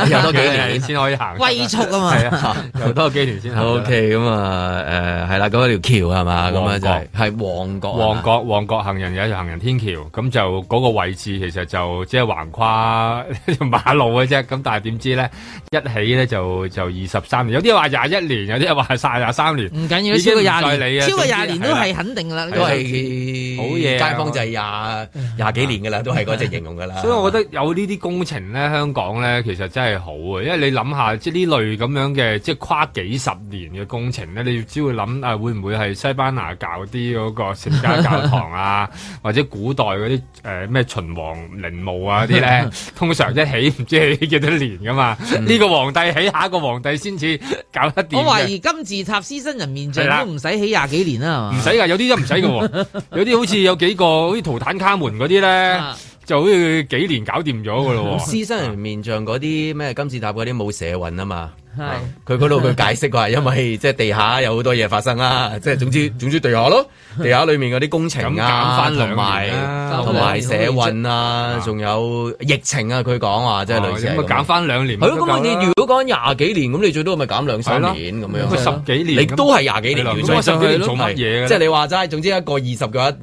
S2: 有有多 [LAUGHS] 幾
S3: [LAUGHS] 係
S2: 年
S3: 先可以行得，
S4: 龜速啊嘛
S3: 係啊，又多幾年先行得。
S2: O K，咁啊，誒係啦，咁一條橋係嘛，咁啊
S3: 旺角
S2: 就係係旺角，啊
S3: 旺角旺角行人有一條行人天橋，咁就嗰個位置其實就即係橫跨 [LAUGHS] 馬路嘅啫。咁但係點知咧，一起咧就就二十三年，有啲話廿一年，有啲話晒廿三年。
S4: 唔緊要，
S3: 已經
S4: 超過
S3: 唔
S4: 廿
S3: 再理啊
S4: 年，超過
S3: 總之
S4: 廿年都係肯定啦。呢
S2: 都
S3: 啊
S4: 個
S2: 係
S3: 好嘢啊嗯
S2: 街坊就係廿廿幾年㗎啦，都係嗰
S3: [LAUGHS]
S2: 隻形容㗎
S4: 啊
S2: 啦。
S3: 所以我覺得有呢啲工程咧，香港咧其實真係好啊，因為你諗下，即係呢類咁樣嘅即係跨幾十年嘅工程咧，你只會諗啊，會唔會係西班牙教啲嗰個聖家教堂
S4: [LAUGHS]
S3: 啊，或者古代嗰啲誒咩秦王陵墓啊啲咧，通常一起唔知起幾多年噶嘛，呢個皇帝起，下一個皇帝先至搞得掂
S4: 嗯我
S3: 嘅。
S4: 懷疑金字塔獅身人面像
S3: 係啦嗯
S4: 都唔使起廿幾年啦，係
S3: 唔
S4: 嘛？
S3: 使噶，有啲都唔使嘅
S4: [LAUGHS]
S3: 喎，有啲好似有幾個好似圖坦卡門嗰啲咧
S4: 啊，
S3: 就好似幾年搞掂咗嘅咯喎。
S2: 獅身人面像嗰啲咩金字塔嗰啲冇社運啊嘛。
S4: 係
S2: 佢嗰度佢解釋話，因為即係地下有好多嘢發生啦，
S3: 嗯
S2: 即係總之總之地下
S3: [LAUGHS]
S2: 咯，地下裏面嗰啲工程
S3: 咁減
S2: 啊，
S3: 翻兩
S2: 同埋
S3: 年哦啦
S2: 同埋社運啊，仲有疫情啊，佢講話即係類似係
S3: 咁
S2: 咁
S3: 啊，減翻兩年咪
S2: 係
S3: 足
S2: 咯，
S3: 夠啦。
S2: 咁你如果講廿幾年，咁你最多咪減兩三
S3: 係咯
S2: 年咁
S3: 咁
S2: 樣。
S3: 啊十幾年
S2: 你都係廿幾年
S3: 係
S2: 要
S3: 咯
S2: 再上
S3: 咁啊十幾
S2: 去
S3: 年
S2: 咯
S3: 做乜嘢嘅咧
S2: 即係你話齋，總之一個二十嘅話。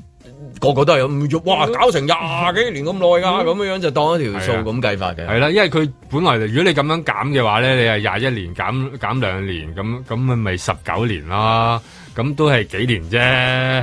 S2: 個個都係咁，哇！搞成廿幾年咁耐㗎，咁樣就當一條數
S3: 嗯係啊
S2: 咁計法嘅。
S3: 係啦，因為佢本來如果你咁樣減嘅話咧，你係廿一年減減兩年，咁咁咪咪十九年啦，咁都係幾年啫，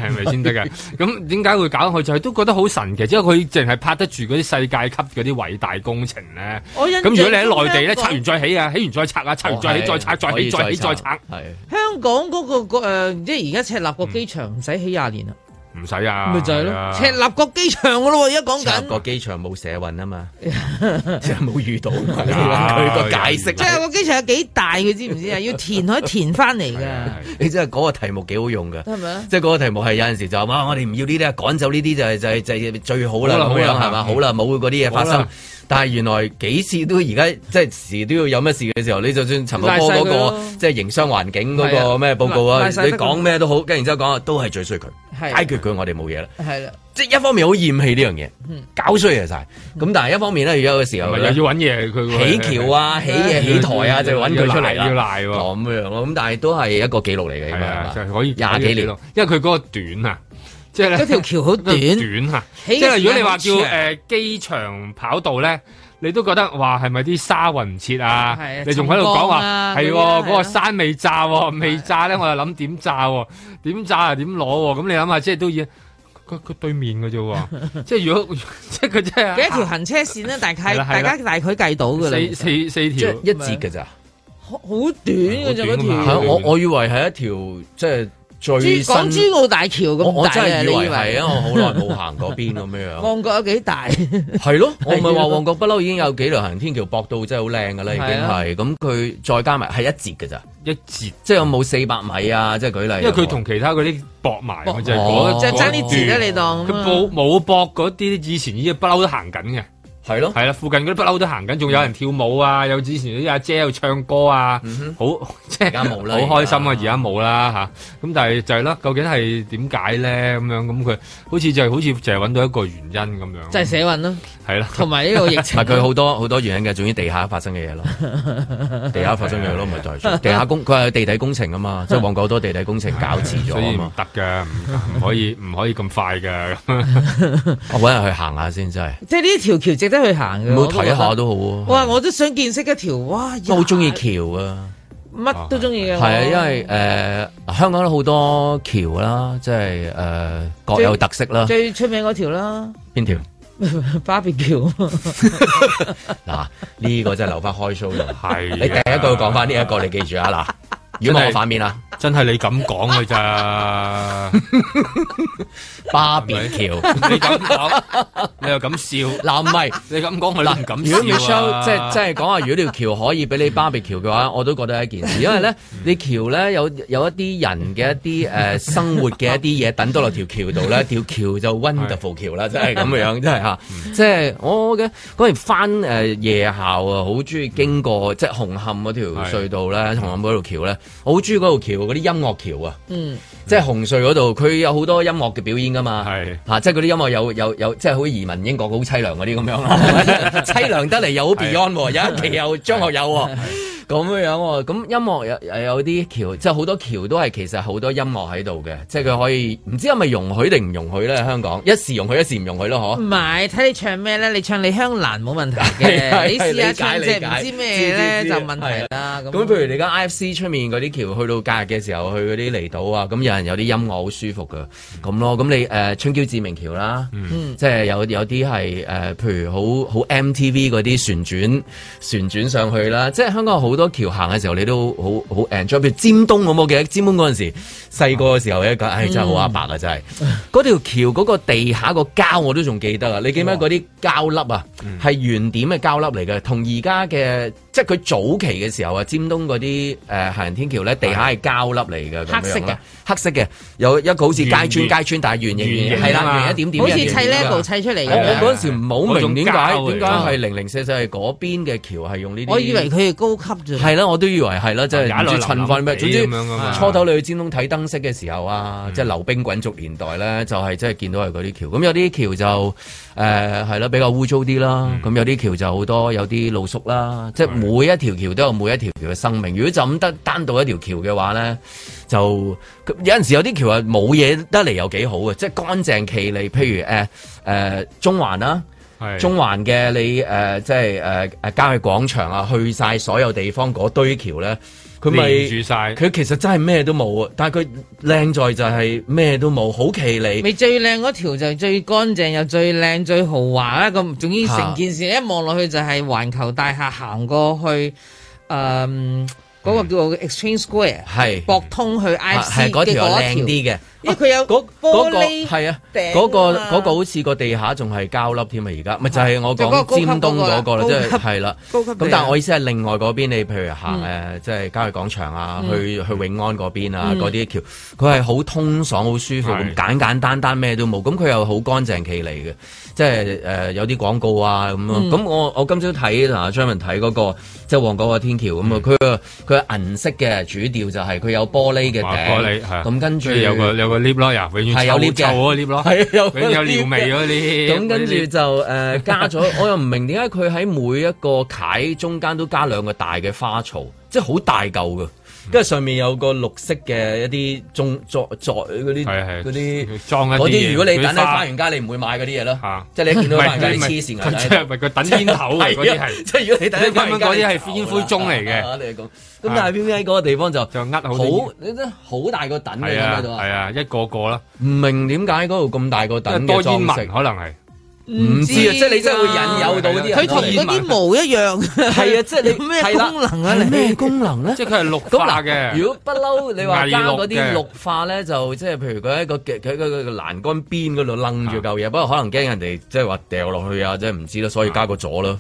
S3: 係咪
S2: [LAUGHS]
S3: 先得㗎？咁點解會搞佢就係都覺得好神奇，因為佢淨係拍得住嗰啲世界級嗰啲偉大工程咧。
S4: 我印
S3: 咁
S4: 象
S3: 如果你喺內地咧，
S4: 中
S3: 拆完再起啊，起完再拆啊，拆完再起，再拆，再
S2: 哦可以
S3: 起，再起，再拆。
S2: 係。
S4: 呃香港嗰個個誒，即係而家赤鱲角機場唔使起廿年啦，
S3: 唔使啊，
S4: 咪就係
S3: 係啊
S4: 咯，赤立角機場噶咯喎，而家講
S2: 赤鱲角
S4: 緊，
S2: 機場冇社運啊
S4: [LAUGHS]
S2: 嘛，即係冇
S3: [LAUGHS]
S2: 遇到嘛
S3: 有
S2: 佢個解釋
S4: 赤立角機場有幾大，佢知
S3: [LAUGHS]
S4: 唔知啊？要填海填翻嚟
S3: 啊
S4: 㗎，
S2: 你真係嗰個題目幾好用㗎，
S4: 係咪啊
S2: 即係嗰個題目係有陣時就話哇我哋唔要呢啲啊，趕走呢啲就係就係就係最好啦
S3: 好啦
S2: 咁樣
S3: 好啦
S2: 係嘛？好啦，冇嗰啲嘢發
S3: 好
S2: 生
S3: 啦。
S2: 但係原來幾次都而家即係時都要有咩事嘅時候，你就算陳茂波嗰
S4: 拉晒佢
S2: 個
S4: 咯
S2: 即係營商環境嗰
S4: 係
S2: 個
S4: 啊
S2: 咩報告啊，
S4: 拉拉晒
S2: 你
S4: 得佢
S2: 講咩都好，跟住然之後講都係最衰佢，
S4: 係
S2: 解決佢我哋冇嘢啦。
S4: 係啦，
S2: 即係一方面好厭棄呢樣嘢，搞衰嘢晒。咁但係一方面咧，而家嘅時
S3: 嗯唔
S2: 候
S3: 係
S2: 呢
S3: 又要揾嘢佢
S2: 起橋
S3: 啊，
S2: 啊、起嘢、起台啊，哦就揾佢出嚟啦。
S3: 要賴喎
S2: 咁樣咯，咁但係都係一個記錄嚟嘅，應
S3: 係啊，
S2: 該
S3: 就
S2: 係
S3: 係
S2: 嘛
S3: 可以
S2: 廿幾年
S3: 咯，因為佢嗰個短啊，即係咧
S4: 嗰條橋好短，
S3: 短嚇，
S4: 起嘅
S3: 即係如果你話
S4: 時
S3: 叫
S4: 間好長
S3: 誒機場跑道咧，你都覺得話係咪啲沙運唔切啊
S4: 係啊？
S3: 你仲喺度講
S4: 沉降啊
S3: 話係
S4: 嗰啲啊
S3: 喎，嗰
S4: 係
S3: 個
S4: 啊
S3: 山未炸喎，未炸咧，我又諗點炸喎，點炸啊點攞喎？咁你諗下，即係都已經佢佢對面嘅啫喎，即係如果 [LAUGHS] 即係佢真係
S4: 幾條行車線咧，大概
S3: 啊係啦
S4: 大
S3: 係啦
S4: 家大概計到㗎
S3: 四
S4: 啦，
S3: 四四
S2: 即
S3: 條
S2: 係一節嘅咋。
S4: 好好短㗎啫嗰
S3: 好短㗎嘛
S4: 條
S2: 係。啊我我以為係一條即係最
S4: 珠港
S2: 新，
S4: 珠澳大橋
S2: 我
S4: 咁
S2: 我
S4: 大
S2: 真係
S4: 啊！
S2: 以
S4: 你以
S2: 為係，因為
S4: 為
S2: 我好耐冇行嗰邊咁
S4: [LAUGHS]
S2: 樣樣。
S4: 旺角有幾大？
S2: 係咯，我咪
S4: 係
S2: 話
S4: 咯
S2: 旺角不嬲已經有幾條行人天橋駁到真係好靚㗎啦，已經係咁佢再加埋係一節嘅咋，
S3: 一節，
S2: 即係有冇四百米啊？即係舉例，
S3: 因為佢同其他嗰啲搏埋，
S4: 搏
S3: 就係
S2: 哦
S3: 嗰
S4: 就係 [LAUGHS]
S3: 嗰
S4: 爭啲字啦，
S3: 段
S4: 你當嗯
S3: 佢冇冇搏嗰啲，以前已經不嬲都行緊嘅。
S2: 係咯，
S3: 係啦，附近嗰啲不嬲都行緊，仲有人跳舞啊，有之前啲阿姐喺度唱歌啊，好即係
S2: 而家冇啦
S3: 好開心啊！
S2: 而
S3: 而
S2: 家
S3: 家冇啦吓，咁但係就係啦，究竟係點解咧？咁樣咁佢好似就係好似就係揾到一個原因咁樣，
S4: 就係社運咯，
S2: [LAUGHS]
S3: 係啦，
S4: 同埋呢個疫
S2: 唔
S4: 情
S2: 係。佢好多好多原因嘅，總之地下發生嘅嘢咯，
S4: [LAUGHS]
S2: 地下發生嘅嘢咯，咪就係地下工，佢係地底工程啊嘛，即係旺角好多地底工程搞遲咗
S3: 所
S2: 啊
S3: 以唔
S2: 嘛，
S3: 得嘅，唔唔可以唔可以咁
S2: [LAUGHS]
S3: 快嘅。
S2: 我揾日去行下先，真係，
S4: 即係呢條橋值得去行嘅，
S2: 唔好
S4: 我都覺
S2: 睇
S4: 得
S2: 下。都好啊。
S4: 哇！我都想見識一條，哇！
S2: 我好中意橋啊，
S4: 乜都中意嘅。
S2: 係啊，因為誒、呃香港都好多橋啦，即係誒、呃各有特色啦。
S4: 最出名嗰條啦， [LAUGHS]
S2: 邊條？
S4: 巴比 [LAUGHS] 橋。
S2: 嗱，呢、個真係留翻開 show
S4: [LAUGHS]
S2: 用。
S3: 係
S2: 你第一個講翻呢一個，你記住啊！嗱，如果唔係我反面啊啦，
S3: 真係你咁講嘅咋？
S2: 巴別橋
S3: 你咁講，你又咁笑，
S2: 嗱唔係。
S3: 你咁講我都唔敢
S2: 如
S3: 笑
S2: 果 Michelle
S3: 啊！
S2: 即係即係講話，如果條橋可以俾你 barbecue 嘅話，我都覺得係一件事，因為咧，你橋咧有有一啲人嘅一啲誒、呃生活嘅一啲嘢等多落條橋度咧，條橋就 wonderful 橋啦，真係咁樣，真係嚇，即係我嘅嗰陣翻誒夜校啊，好中意經過即係紅磡嗰條隧道咧，紅磡嗰條橋咧，我好中意嗰條橋嗰啲音樂橋啊，
S4: 嗯，
S2: 即係紅隧嗰度，佢有好多音樂嘅表演噶嘛，
S3: 係
S2: 嚇、啊即係嗰啲音樂有有有，即係好似移民英國好凄涼嗰啲咁樣咯， [LAUGHS] 凄涼得嚟又好 Beyond 喎，有一期又張學友喎，咁樣樣喎，咁音樂有有有啲橋，即係好多橋都係其實好多音樂喺度嘅，即係佢可以唔知係咪容許定唔容許咧？香港一時容許一時唔容許咯，
S4: 唔係睇你唱咩咧？你唱李香蘭冇問題
S2: [LAUGHS] 係係
S4: 嘅，你試下唱
S2: 理
S4: 只
S2: 解
S4: 唔
S2: 理解
S4: 知咩咧
S2: 知知知
S4: 就問題啦。
S2: 嗬。
S4: 咁
S2: 咁譬如你而家 IFC 出面嗰啲橋，去到假日嘅時候去嗰啲離島啊，咁有人有啲音樂好舒服嘅，咁咯，咁你誒、呃春嬌志明橋啦。即係有有啲係誒，譬如好好 MTV 嗰啲旋轉旋轉上去啦，即係香港有好多橋行嘅時候，你都好好 enjoy。譬如尖東咁，我記得尖東嗰陣時細個嘅時候咧，覺得唉真係好阿伯啊，真係嗰條橋嗰個地下個膠我都仲記得啊！你記唔記得嗰啲膠粒啊？係圓點嘅膠粒嚟嘅，同而家嘅即係佢早期嘅時候啊，尖東嗰啲誒行人天橋咧，地下係膠粒嚟嘅，咁樣啦
S4: 黑色嘅，
S2: 黑色嘅，有一個好似街磚
S3: 圓形
S2: 街磚，但係圓形
S3: 圓
S2: 嘅，
S3: 形
S2: 係
S3: 啊嘛
S2: 啦，圓一點點
S4: 好
S2: 嘅
S4: 似砌
S2: 圓形㗎
S4: level 砌出嚟
S2: 我
S3: 係啊
S4: 嘅，
S2: 我嗰陣時唔好明點
S3: 嗰種膠嚟
S2: 解
S3: 㗎
S2: 點解係零零舍舍係嗰邊嘅橋係用呢啲，
S4: 我以為佢係高級啫。
S2: 係啦，我都以為係啦，即係唔
S3: 啊踩落
S2: 知
S3: 嚟
S2: 襯翻咩。
S3: 淋
S2: 總
S3: 淋地
S2: 之
S3: 咁樣㗎嘛嗯
S2: 初頭你去尖東睇燈飾嘅時候啊，即係溜冰滾軸年代咧，就係即係見到係嗰啲橋。咁有啲橋就誒係啦，比較污糟啲啦。
S3: 嗯
S2: 咁有啲橋就好多有啲露宿啦。即係每一條橋都有每一條橋嘅生命。如果就咁得單獨一條橋嘅話咧，就咁有陣時有啲橋係冇嘢得嚟又幾好嘅，即係乾淨企理。譬如誒誒中環啦。
S3: 係
S2: 中環嘅你誒、呃即係誒誒郊野廣場啊，去晒所有地方嗰堆橋咧，佢咪
S3: 連住晒
S2: 佢其實真係咩都冇啊！但係佢靚在就係咩都冇，好奇你。
S4: 咪最靚嗰條就最乾淨又最靚最豪華啦，咁總之成件事一望落去就係環球大廈行過去，嗯誒、嗰、個叫做 Exchange Square，
S2: 係
S4: 博通去
S2: 啊係
S4: IFC
S2: 嗰
S4: 嘅
S2: 條係靚
S4: 嗰一條，
S2: 啲嘅，
S4: 因為佢有
S2: 嗰
S4: 玻
S2: 嗰個
S4: 璃
S2: 係啊，
S4: 頂
S2: 嗰個
S4: 啊
S2: 嗰個好似個地下仲係膠粒添啊！而家咪就係我
S4: 就嗰個高
S2: 講
S4: 級
S2: 尖東嗰個啦，
S4: 嗰
S2: 即
S4: 個啦
S2: 係
S4: 高級
S2: 係啦。
S4: 高級地
S2: 咁但係我意思係另外嗰邊，你譬如行誒，即係郊野廣場啊，
S4: 嗯
S2: 去去永安嗰邊啊，嗰啲橋，佢係好通爽、好舒服，
S3: 係
S2: 咁簡簡單單咩都冇。咁佢又好乾淨企理嘅，即係誒有啲廣告啊咁
S4: 嗯
S2: 咯。咁我我今朝睇嗱張文睇嗰個即係旺角個天橋咁啊，
S3: 嗯
S2: 佢佢銀色嘅主調就係佢有玻璃嘅
S3: 話玻璃
S2: 頂，
S3: 係
S2: 咁跟住
S3: 有個有個 lift 咯，又永
S2: 係
S3: 遠
S2: 有
S3: 臭
S2: lift 嘅
S3: 臭嗰個 lift 咯，
S2: [LAUGHS] 係哎有
S3: 永遠有尿味嗰啲。
S2: 咁跟住就誒、呃加咗，
S3: [LAUGHS]
S2: 我又唔明點解佢喺每一個楷中間都加兩個大嘅花槽，即係好大嚿嘅。跟住上面有個綠色嘅一啲種作作嗰啲
S3: 係係
S2: 嗰啲
S3: 裝一啲
S2: 嗰
S3: 嘢
S2: 啲，如果你等
S3: 嗰
S2: 喺
S3: 啲花
S2: 花園街，你唔會買嗰啲嘢咯
S3: 嚇。
S2: 即係你一見
S3: 唔
S2: 到花園街，
S3: 係
S2: 你
S3: 唔係
S2: 黐線
S3: 佢
S2: 㗎。
S3: 即係咪佢等煙頭啊嗰啲
S2: [LAUGHS]
S3: [LAUGHS]
S2: 係啊
S3: 係
S2: 即係如果你等喺花
S3: 你
S2: 園
S3: 根
S2: 街，
S3: 本嗰啲係
S2: 你
S3: 煙灰盅嚟嘅
S2: 啊你講咁但係偏偏喺嗰個地方就
S3: 就呃好多
S2: 好
S3: 煙，
S2: 你真係好大個等嘅
S3: 係
S2: 咁
S3: 啊
S2: 喺度啊
S3: 係啊，一個個啦，
S2: 唔明點解嗰度咁大個
S3: 因為
S2: 等嘅
S3: 多煙
S2: 裝
S3: 民啊
S2: 飾。
S3: 可能係
S2: 唔知啊，即係你真係會引誘到啲人
S4: 佢同
S2: 嚟
S4: 嗰啲毛一樣，
S2: 係
S4: [LAUGHS]
S2: 啊，即係你
S4: 有咩
S2: 係啦
S4: 功能啊？你
S2: 係咩功能咧？
S3: 即係佢係綠
S2: 咁
S3: 化
S2: 嗱，
S3: 嘅。
S2: 如果不嬲，你話
S3: 偽綠
S2: 加嗰
S3: 嘅
S2: 啲綠化咧，就即係譬如佢喺個佢佢佢個欄杆邊嗰度楞住嚿嘢，不過可能驚人哋即係話掉落去啊，即係唔知啦，所以加個咗啦。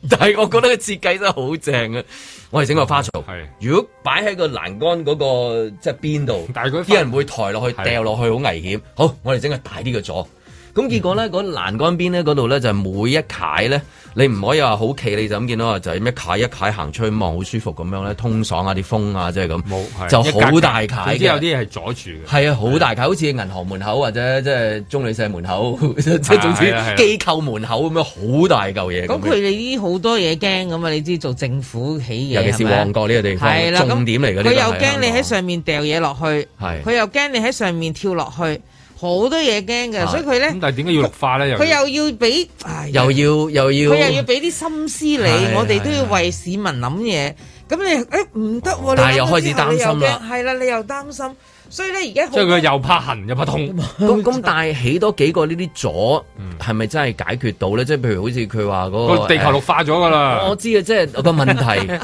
S2: [LAUGHS] 但係我覺得個設計真係好正啊！我哋整個花槽
S3: 係，
S2: 如果擺喺個欄杆嗰個即係邊度，
S3: 但係佢
S2: 啲人會抬落去
S3: 係
S2: 掉落去，好危險。好，我哋整個大啲嘅座。咁結果咧，嗰欄杆邊咧嗰度咧就係每一楷咧，你唔可以話好企，你就咁見到啊，就係咩楷一楷行出去望好舒服咁樣咧，通爽啊啲風啊，即係咁，
S3: 冇係
S2: 就
S3: 一格格
S2: 好大楷
S3: 總之有
S2: 嘅。
S3: 啲嘢係阻住嘅。
S2: 係啊，好大楷，好似銀行門口或者即係中旅社門口，即係總
S3: 係啊係
S2: 之
S3: 啊
S2: 機構門口咁樣好大嚿嘢。
S4: 咁
S2: 咁
S4: 佢
S2: 樣
S4: 哋呢好多嘢驚咁啊！你知做政府起嘢，
S2: 尤其是
S4: 係咪啊
S2: 旺角呢個地
S4: 係
S2: 方，
S4: 啦，咁
S2: 重點嚟嘅。
S4: 佢又驚你喺，上面掉嘢落去，
S2: 啊係
S4: 佢又驚你喺上面跳落去，好多嘢驚嘅，
S2: 係
S4: 所以佢
S3: 咁
S4: 咧，
S3: 但係點解要綠化咧？
S4: 佢又要俾，唉
S2: 又要又要，
S4: 佢又
S2: [LAUGHS]
S4: 要俾啲心思你，
S2: 係啊
S4: 我哋都要
S2: 係
S4: 為市民諗嘢。咁你誒唔得喎，
S2: 但係
S4: 你
S2: 又開始擔心啦
S4: 係啦，你又擔心，所以咧而家好
S3: 即係佢又怕痕又怕
S2: [LAUGHS]
S3: 痛，
S2: 咁咁，但係起多幾個呢啲阻，係咪真係解決到咧？即係譬如好似佢話嗰
S3: 個
S2: 個
S3: 地球綠化咗㗎啦
S2: 呃。我知啊，即係個問
S3: [LAUGHS]
S2: 題，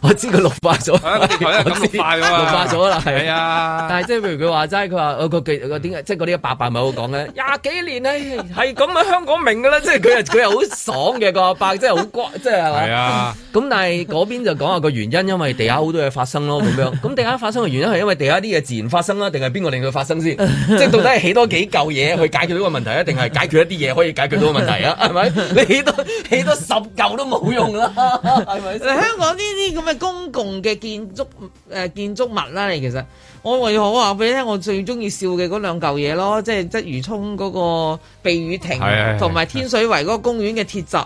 S2: 我知佢綠化咗，
S3: 係啊個地球咧咁綠化咗啊
S2: 綠化咗啦，係
S3: 係。啊，
S2: 但係即係譬如佢話齋，佢話呃個技個點解，即係嗰啲伯伯咪好講咧，廿幾年
S3: [LAUGHS]
S2: 咧係咁啊，香港明㗎啦，即係佢係佢又好爽嘅個阿伯，即係好乖，即係係嘛
S3: 係啊，
S2: 咁但係嗰邊就講啊下個原因，因為地下好多嘢發生咯，咁
S3: [LAUGHS]
S2: 樣。咁地下發生嘅原因係因為地下啲嘢自然發生啦，定係邊個令佢發生
S3: [LAUGHS]
S2: 先？即係到底係起多幾嚿嘢去解決到個問題啊，定係解決一啲嘢可以解決到個問題啊？係咪？
S3: [LAUGHS]
S2: 你起多起多十嚿都冇用啦，係咪先？
S4: 嗱，香港呢啲咁嘅公共嘅建築誒、呃建築物啦，你其實我唯好話俾你聽，我最中意笑嘅嗰兩嚿嘢咯，即係鰂魚涌嗰個避雨亭
S3: 係係係，
S4: 同埋天水圍嗰個公園嘅鐵
S3: [LAUGHS]
S4: 閘。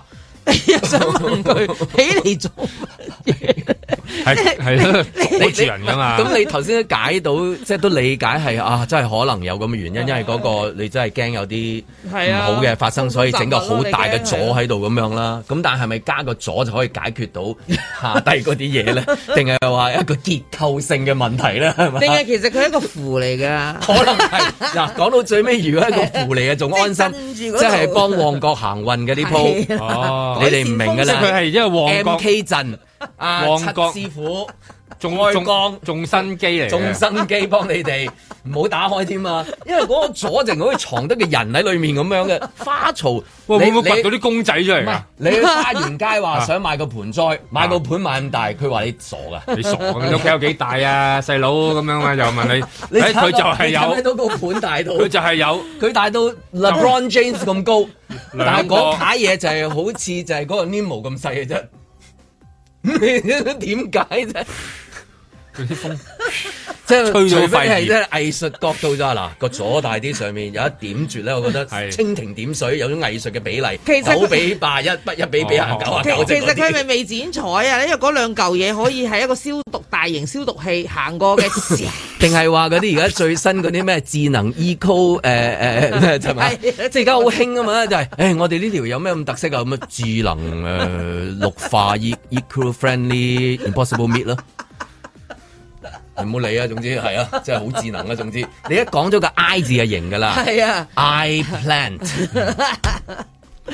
S4: 又想問佢起嚟做乜嘢？
S3: 係係啦，
S2: [LAUGHS]
S3: 阻住人㗎嘛。
S2: 咁你頭先都解到，即係都理解係啊，真係可能有咁嘅原因，因為嗰個你真係啊驚有啲
S4: 係
S2: 唔
S4: 啊
S2: 好嘅發生，所以整個好大嘅
S4: 雜物咯你驚
S2: 阻喺度咁樣啦。咁但係啊咪加個阻就可以解決到下低嗰啲嘢咧？ [LAUGHS] 定係話一個結構性嘅問題咧？係咪？
S4: 定係其實佢係一個符嚟㗎？
S3: 啊
S2: 可能係嗱，講到最尾，如果一個符嚟嘅，仲安心，
S4: 即
S2: [LAUGHS] 即
S4: 係鎮住嗰度
S2: 係幫旺角行運嘅呢鋪，
S4: 係
S3: 哦
S2: 你，哋唔明㗎
S3: 即係佢
S2: 啦。
S3: 係因為旺角
S2: 啊 M K 鎮啊，
S3: 旺
S2: 七
S3: 角
S2: 師傅。
S3: 仲
S2: 開
S3: 仲
S2: 光
S3: 仲新機嚟嘅，
S2: 仲生機幫你哋，唔好打開添 [LAUGHS] 啊！因為嗰個左淨好似藏得嘅人喺裏面咁樣嘅花槽，
S3: 喂
S2: 你
S3: 會唔會掘到
S2: 你
S3: 啲啊公仔出嚟
S2: 唔係
S3: 㗎？
S2: 你去花園街
S3: [LAUGHS]
S2: 話想買個盆栽，買
S3: 啊
S2: 個盤買咁大，佢話你傻噶。
S3: 你傻嘅，你屋企有幾大啊？細佬咁樣啊，又問你，
S2: 你
S3: 誒佢
S2: 睇
S3: 就
S2: 到
S3: 係
S2: 你睇
S3: 有，
S2: 到個盤大
S3: [LAUGHS]
S2: 到，
S3: 佢就係有，
S2: 佢大到 LeBron James 咁高，
S3: 兩個
S2: 但係嗰排嘢就係好似就係嗰個 Nemo 咁細嘅啫。 [LAUGHS] 點解啫？
S3: 佢啲風
S2: 即係
S3: 吹到
S2: 除非
S3: 肺
S2: 係
S3: 炎
S2: 即係藝術角度咋嗱個左大啲上面有一點絕咧，我覺得
S3: 係
S2: 蜻蜓點水有種藝術嘅比例，
S4: 其實佢
S2: 九比八一，不一比比啊
S3: 哦
S2: 九啊
S4: 其
S2: 九
S4: 其
S2: 即
S4: 實
S2: 係嗰
S4: 佢係
S2: 啲
S4: 咪未剪彩啊？因為嗰兩嚿嘢可以係一個消毒大型消毒器行過嘅。
S3: [LAUGHS]
S2: 定係話嗰啲而家最新嗰啲咩智能 eco 誒誒咩係咪？
S4: 係
S2: 即係而家好興啊嘛，就係、誒我哋呢條有咩咁特色啊？咁啊智能誒、綠化 [LAUGHS] e eco friendly impossible meat 啦。你唔好理啊，總之係啊，即係好智能啊。總之你一講咗個 I 字就型㗎啦
S4: 係啊，
S2: ，I plant。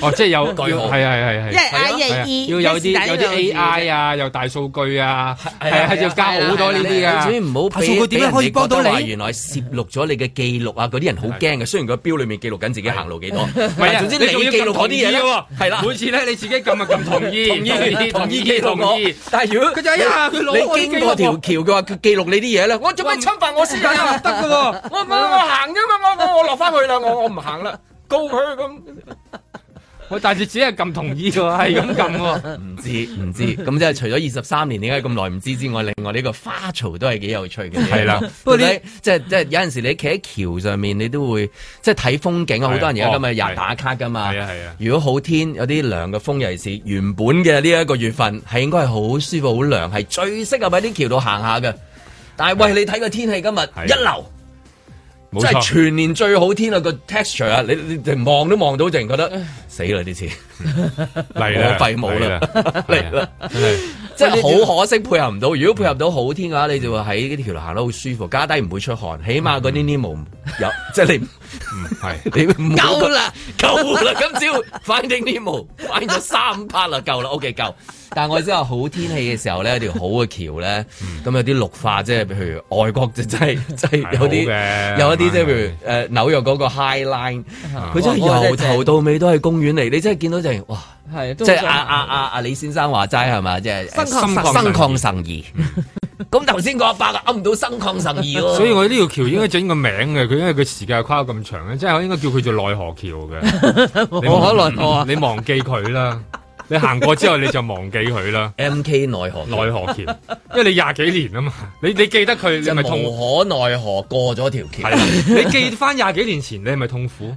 S3: 哦，即係有
S2: 句號
S3: 係係係係。
S2: 係
S4: 一係 I
S2: 咯
S4: 一係
S3: 係啊
S4: E，
S3: 要有啲
S4: 一是但
S3: 有啲
S4: 呢兩個字
S3: AI 啊，有大數據啊，
S2: 係
S3: 係
S2: 啊
S3: 啊，要加好多呢啲
S2: 係啊
S3: 噶
S2: 你。總之唔好
S5: 數據點樣可以幫到你
S2: 俾人哋覺得話原來攝錄咗你嘅記錄啊，嗰啲人好驚嘅。雖然個錶裏面記錄緊自己行路幾多， [LAUGHS] 唔
S3: 唔係啊，
S2: 總之
S3: 仲
S2: 記
S3: 要
S2: 錄
S3: 撳
S2: 嗰啲嘢咧
S3: 同意喎，
S2: 係啦，
S3: 每次咧你自己撳啊撳 [LAUGHS] 同意，
S2: 同啊意同意記錄
S3: 同
S2: 我
S3: 意。。
S2: 但係如果
S3: 佢就哎呀佢攞我啲
S2: 你經過
S3: 記錄
S2: 條
S3: 喎
S2: 橋，佢話佢記錄你啲嘢咧，我做咩侵犯我私隱啊？
S3: 得噶喎， [LAUGHS] 我我我行啫嘛，我我我落翻去啦，我我唔行啦，告佢咁。我但係只係撳同意喎，係咁撳喎。
S2: 唔知唔知，咁即係除咗二十三年點解咁耐唔知之外，另外呢個花槽都係幾有趣嘅。
S3: 係啦，
S2: 不過你即係即係有陣時你企喺橋上面，你都會即係睇風景啊！好多人而家今日
S3: 哦
S2: 日打卡㗎嘛。
S3: 係啊係啊
S2: 如果好天有啲涼嘅風，尤其是原本嘅呢一個月份，係應該係好舒服、好涼，係最適合喺啲橋度行下嘅。但係喂，你睇個天氣今日
S3: 啊
S2: 一流。
S3: [LAUGHS] 冇
S2: 即係
S3: 錯，
S2: 全年最好天啊！個 texture 啊，你你你望都望到，突然覺得死啦！呢次
S3: 嚟
S2: 我廢武啦 [LAUGHS]
S3: 嚟啦，真係
S2: 即
S4: 啊
S2: 係好可惜配合唔到。如果配合到好天嘅話，你就會喺呢條路行得好舒服，加低唔會出汗，起碼嗰啲 Nemo 唔有，即係你
S3: 嗯唔係。
S2: 你唔
S3: 啊
S2: 好
S4: 夠啦，
S2: [LAUGHS] 夠啦！今朝 Finding Nemo find 咗三 part 啦，夠啦，OK 夠。但係我意思話好天氣嘅時候咧，有條好嘅橋咧，咁有啲綠化，即係譬如外國就真係真係有啲
S3: 係好嘅
S2: 有一啲即係譬如誒紐約嗰個 High Line，佢真
S4: 哇
S2: 係
S4: 嗰個真
S2: 由
S4: 係正
S2: 頭到尾都係公園嚟，你真係見到就係哇！
S4: 係
S2: 即係阿阿阿阿李先生話齋係嘛，即係
S4: 生
S3: 生
S2: 生
S3: 抗
S2: 生抗神義。咁頭先個阿伯啊，噏唔到生抗神義喎。
S3: 所以我呢條橋應該整個名嘅，佢因為佢時間跨咁長咧，即係我應該叫佢做奈何橋嘅。 [LAUGHS]
S4: 無可奈何啊
S3: 你忘記佢 [LAUGHS] 啦，你行過之後你就忘記佢啦。
S2: M K 奈何，
S3: 奈何橋，因為你廿幾年啊嘛，你你記得佢，你
S2: 就
S3: 咪痛苦。
S2: 無可奈何過咗條
S3: 係
S2: 橋。
S4: 啊
S3: 啦，你記翻廿幾年前，你係咪痛苦？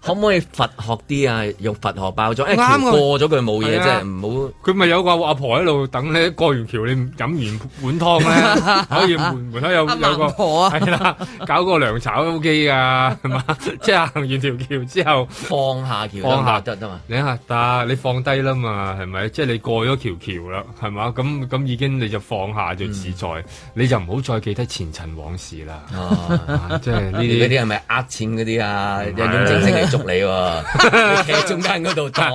S2: 可唔可以佛學啲啊？用佛學包裝，因為橋
S3: 啱啊
S2: 過咗佢冇嘢
S3: 係
S2: 啫，
S3: 啊
S2: 即係唔好。
S3: 佢咪有個阿婆喺度等你過完橋，你飲完碗湯咧，
S4: [LAUGHS]
S3: 可以門門口有
S4: 阿
S3: 有個
S4: 孟婆啊
S3: 係啦，搞個涼茶都 OK 噶，係嘛？ [LAUGHS] 即係行完條橋之後。
S2: 放下橋
S3: 放下
S2: 得唔得得啊嘛？
S3: 你下得你放低啦嘛，係咪？即係你過咗橋橋啦，係嘛？咁咁已經你就放下就自在，
S4: 嗯
S3: 你就唔好再記得前塵往事啦。
S2: 哦
S3: 啊即係呢
S2: 你
S4: [LAUGHS]
S2: 嗰
S3: 啲
S2: 啲係咪呃錢嗰啲啊？有
S3: 係
S2: 種正式嚟捉你
S3: [LAUGHS]
S2: 喎，你企喺中間嗰度當。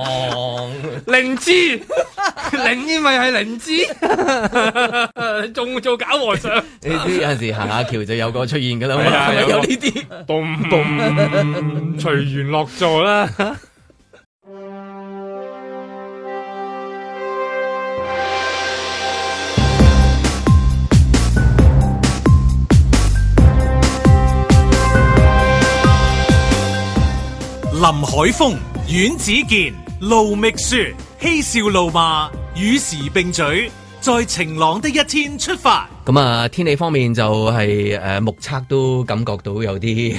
S3: 靈芝，靈芝咪係靈芝， [LAUGHS] 仲做假和尚，
S2: 你知有陣時行下橋就有個出現㗎啦嘛，
S3: 係啊
S2: 係咪
S3: 有個
S2: 有呢啲。
S3: 嘣 [LAUGHS] 嘣，隨緣落座啦。
S1: 林海峰、阮子健、路觅雪，嬉笑怒罵，與時並舉，在晴朗的一天出發。
S2: 咁啊，天氣方面就係、呃目測都感覺到有啲， [LAUGHS]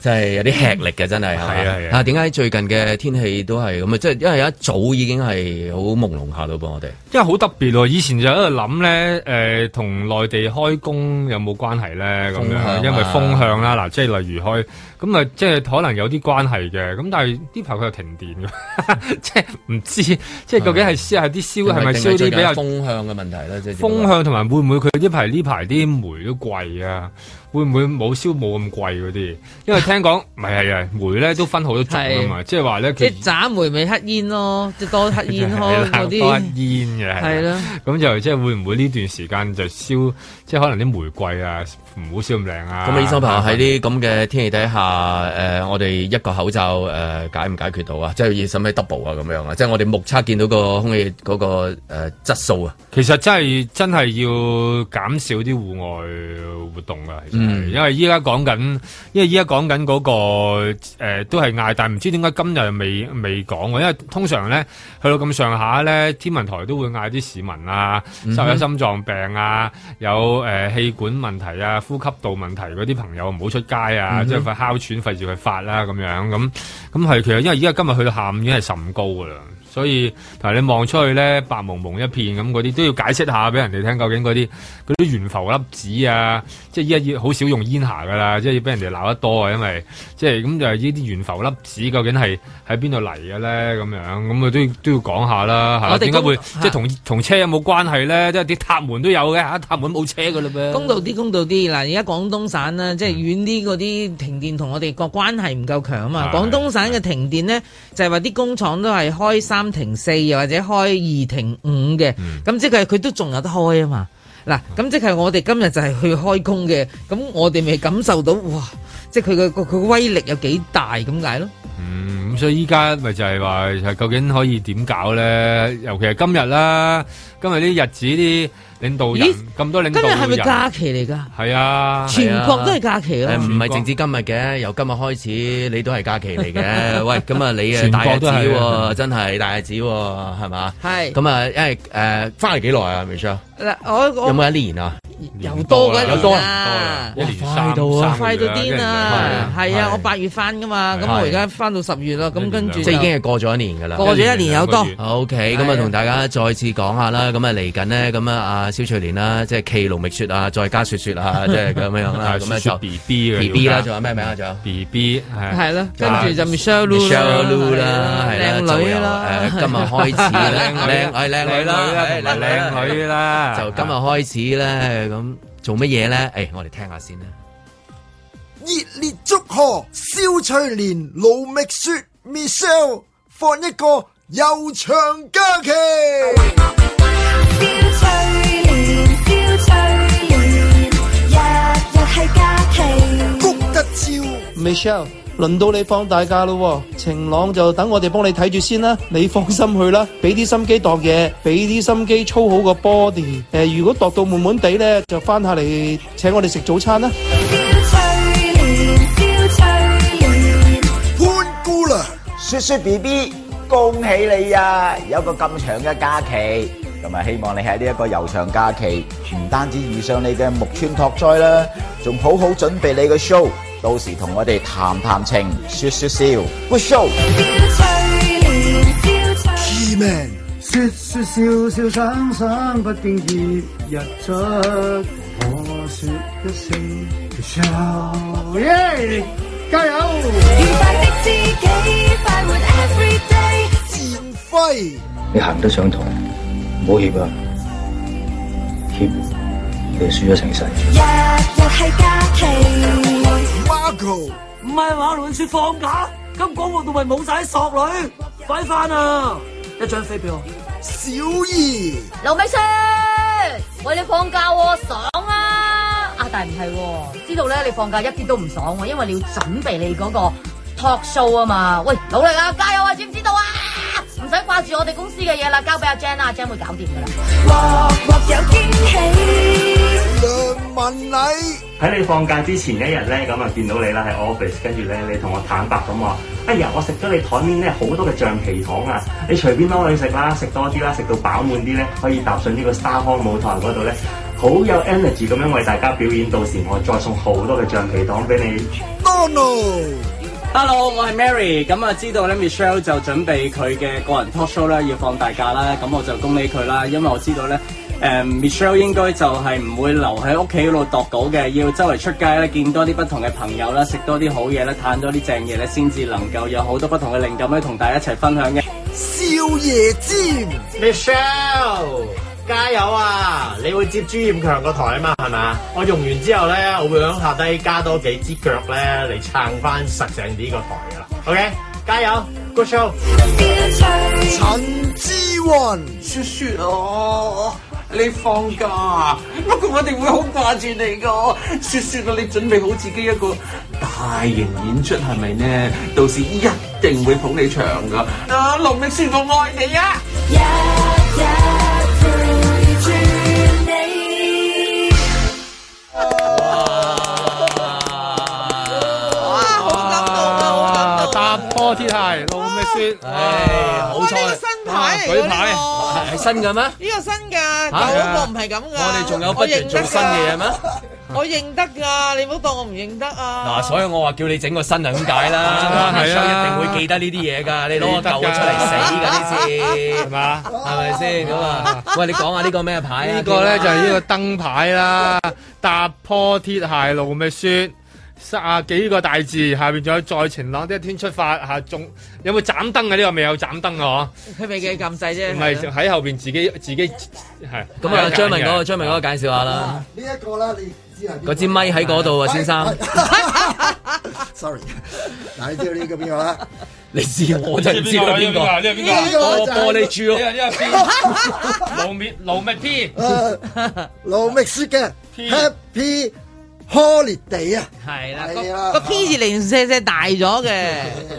S2: 即係有啲吃力嘅，真係係嘛
S3: 係啊係啊
S2: 啊，點解最近嘅天氣都係咁啊？即係因為一早已經係好朦朧下咯噃，我哋
S3: 因為好特別喎，以前就喺度諗咧，誒、同內地開工有冇關係咧？咁
S2: 風向啊
S3: 樣，因為風向啦，嗱，即係例如開，咁啊，即係可能有啲關係嘅。咁但係呢排佢又停電嘅， [LAUGHS] 即係唔知，即係究竟係燒係啲燒係
S2: 定
S3: 咪燒
S2: 係最
S3: 啲比
S2: 近係
S3: 較
S2: 風向嘅問題咧？即係
S3: 風向，同埋會唔會佢呢排呢排啲煤都貴啊？會唔會冇燒冇咁貴嗰啲？因為聽講，唔係係啊，煤咧都分好多種啊嘛，即係話咧，
S4: 即
S3: 佢
S4: 係斬梅咪黑煙咯，即係多黑煙
S3: [LAUGHS]
S4: 開嗰
S3: 多
S4: 啲，
S3: 煙嘅係
S4: 係
S3: 啦
S4: 咯。
S3: 咁就即係會唔會呢段時間就燒，即係可能啲玫瑰啊，唔好燒咁靚啊。
S2: 咁啊，醫生朋友喺啲咁嘅天氣底下，誒、呃我哋一個口罩誒、解唔解決到啊？即係要使唔使 double 啊？咁樣啊？即係我哋目測見到個空氣嗰、個誒、質素啊。
S3: 其實真係真係要減少啲戶外活動噶，其實係、
S2: 嗯
S3: 因為依家講緊，因為依家講緊嗰個誒、呃都係嗌，但唔知點解今日未未講喎，因為通常咧去到咁上下咧，天文台都會嗌啲市民啊，受有心臟病啊，有誒、呃氣管問題啊、呼吸道問題嗰啲朋友唔好出街啊，即係費哮喘費事佢發啦咁樣咁咁係其實因為而家今日去到下午已經係甚高噶啦。所以同埋你望出去咧，白蒙蒙一片咁嗰啲，都要解釋下俾人哋聽，究竟嗰啲嗰啲懸浮粒子啊，即係依家要好好少用煙霞噶啦，即係要俾人哋鬧得多啊，因為即係咁就係呢啲懸浮粒子究竟係喺邊度嚟嘅咧？咁樣咁啊都要都要講下啦，係啦
S11: 我哋
S3: 點解
S11: 公
S3: 會
S11: 嚇
S3: 即係同同車有冇關係咧？即係啲塔門都有嘅嚇，塔門冇車噶嘞噃。
S4: 公道啲，公道啲。嗱，而家廣東省啦，
S3: 嗯
S4: 即係遠啲嗰啲停電同我哋個關係唔夠強啊嘛。
S3: 係
S4: 廣東省嘅停電呢，就係話啲工廠都係開三停四，又或者開二停五嘅。咁、
S3: 嗯
S4: 即係佢都仲有得開啊嘛。嗱，咁即係我哋今日就係去開工嘅，咁我哋咪感受到哇，即係佢嘅佢嘅威力有幾大咁解咯。
S3: 嗯，咁所以依家咪就係話，就係究竟可以點搞咧？尤其係今日啦，今日啲日子啲領導人
S4: 咦
S3: 咁多領導
S4: 今日
S3: 人，
S4: 係咪假期嚟㗎？
S3: 係啊，
S4: 全國都係假期
S2: 誒
S4: 啊！
S2: 唔係淨止今日嘅，由今日開始你都係假期嚟嘅。喂，咁啊你啊
S3: 全
S2: 大
S3: 國
S2: 日子
S3: 都係
S2: 喎，真係大日子喎，係嘛？
S4: 係
S2: 咁啊，因為誒翻嚟幾耐啊，Michelle？
S4: 嗱，我
S2: 有
S4: 我
S2: 冇一年啊？
S4: 又多過
S3: 有
S4: 一年
S3: 多
S4: 啦
S3: 啦，一年三
S2: 哇快到啊
S3: 三個
S4: 快
S3: 月
S4: 到
S3: 啦
S4: 癲啊！係啊，我八月翻噶嘛，咁
S2: 係
S4: 我而家翻到十月啦，
S3: 一
S4: 咁
S3: 年
S4: 跟住
S3: 兩
S2: 即係已
S4: 就
S2: 經係過咗一年㗎啦。
S4: 過咗一年有多
S3: 一年兩個月。
S2: OK，咁
S4: 係
S2: 啊，
S4: 啊
S2: 同大家再次講下啦。咁啊，嚟緊呢，咁啊，阿蕭翠蓮啦，即係騎盧覓雪啊，再加雪雪啊，即係咁樣啦。
S3: [LAUGHS] 係
S2: 咁啊
S3: 雪雪
S2: 就
S3: B B 嘅
S2: B B 啦，
S3: 了解
S2: 仲有咩名啊？仲有
S3: B B 係
S4: 係啦，跟住就 Michelle
S2: Michelle Lu
S4: Lu
S2: 啦，係啦，
S4: 靚女啦，
S2: 就由誒今日開始
S3: [LAUGHS] 靚
S2: 啦，
S3: 女
S2: 靚係靚女啦，係
S3: 同埋
S2: 啦
S3: 靚女啦，
S2: [LAUGHS] 就今日開始咧，咁做乜嘢咧？誒，我哋聽下先啦。
S12: 熱烈祝賀蕭翠蓮、盧覓雪、Michelle 放一個悠長假期。谷德超
S13: Michelle，輪到你放大假咯喎，晴朗就等我哋幫你睇住先啦，你放心去啦，俾啲心機度嘢，俾啲心機操好個 body。誒、如果度到悶悶地呢，就翻下嚟請我哋食早餐啦。
S12: 潘姑娘，
S14: 雪雪 B B，恭喜你啊！有個咁長嘅假期，咁啊希望你喺呢一個悠長假期，唔單止遇上你嘅木村拓哉啦，仲好好準備你嘅 show，到時同我哋談談情，說說笑，good show。
S12: Key Man，
S13: 說說笑笑想想，不經意日出，我說一聲 Michelle，耶，加油！
S12: 燕輝，
S13: 你行得上台，唔好怯啊！怯，你輸咗成世。
S12: Marco，
S11: 唔係話亂雪放假，咁港澳度咪冇晒索女，快翻啊！一張飛俾我。
S12: 小儀，
S7: 老美雪，喂你放假喎，爽啊！啊，但係唔係喎，知道咧你放假一啲都唔爽喎，因為你要準備你嗰個 talk show 啊嘛。喂，努力啊，加油啊，知唔知道啊？唔使掛住我哋公司嘅嘢啦，交俾阿 Jan 啦，阿 Jan 會搞掂噶啦。
S12: 梁文禮。
S15: 喺你放假之前一日咧，咁啊見到你啦喺 office，跟住咧你同我坦白咁話：哎呀，我食咗你台面咧好多嘅橡皮糖啊！你隨便攞去食啦，食多啲啦，食到飽滿啲咧，可以踏上呢個沙康舞台嗰度咧，好有 energy 咁樣為大家表演。到時我再送好多嘅橡皮糖俾你。
S12: Donald，
S16: Hello，我係 Mary，咁啊知道咧 Michelle 就準備佢嘅個人 talk show 啦，要放大假啦，咁我就恭喜佢啦，因為我知道咧，誒、Michelle 應該就係唔會留喺屋企嗰度度稿嘅，要周圍出街咧，見多啲不同嘅朋友啦，食多啲好嘢啦，嘆多啲正嘢咧，先至能夠有好多不同嘅靈感咧，同大家一齊分享嘅。
S12: 少爺尖，
S17: Michelle，加油啊！你會接朱艳強個台啊嘛，係咪啊？我用完之後咧，我會響下低加多幾支腳咧嚟撐翻實正呢個台噶啦。OK，加油，Good show！
S12: 陳志雲，
S13: 雪雪啊，你放假啊，不過我哋會好掛住你噶。雪雪啊，你準備好自己一個大型演出係咪呢？到時一定會捧你場噶。啊，龍明雪，我愛你啊！
S3: 啊踏破鐵鞋路未雪，唉
S2: 好彩
S4: 呢個新牌嚟
S3: 舉
S4: 㗎
S3: 牌
S4: 呢
S2: 係新嘅咩？
S4: 個，呢個新㗎，
S2: 嚇
S4: 舊嗰個唔係咁㗎。
S2: 我哋仲有不
S4: 我
S2: 斷
S4: 認得
S2: 做新嘅嘢咩
S4: 㗎？？我認得㗎，你唔好當我唔認得啊！
S2: 嗱，所以我話叫你整個新 [LAUGHS] 係咁解啦，
S3: 係啊
S2: Michelle 一定會記得呢啲嘢㗎，你攞個舊嘅出嚟死㗎 [LAUGHS] 呢
S3: 係
S2: 次，
S3: 嘛？
S2: [LAUGHS] 係咪先咁啊？喂，你講下呢個咩牌啊？
S3: 呢個咧就係呢個燈牌啦，踏破鐵鞋路未雪，卅幾個大字，下面仲有在晴朗的一天出發嚇，仲有冇斬燈啊？呢個未有斬燈啊！
S4: 佢咪嘅撳掣啫，
S3: 嗬，唔係喺後邊自己自己係。
S2: 啊咁啊，張文嗰個張文嗰個介紹下啦。
S12: 啊呢一個啦，你知係邊個哎
S2: 嗰支咪喺嗰度啊，先 [LAUGHS]
S12: [LAUGHS]
S2: 生。
S12: Sorry，嗱，你知道呢個邊個
S2: [LAUGHS]
S12: 啦？
S2: 你知我就唔知佢邊個。
S3: 呢個邊個啊呢個邊個啊
S2: 個玻璃珠咯。
S3: 呢個呢個邊盧滅盧滅 P，
S12: 呃盧覓雪嘅 Happy Holiday 啊！
S4: 係
S12: 係
S4: 啦，個
S12: 啦
S4: 個 P 字零舍舍大
S12: [LAUGHS]
S4: 咗嘅，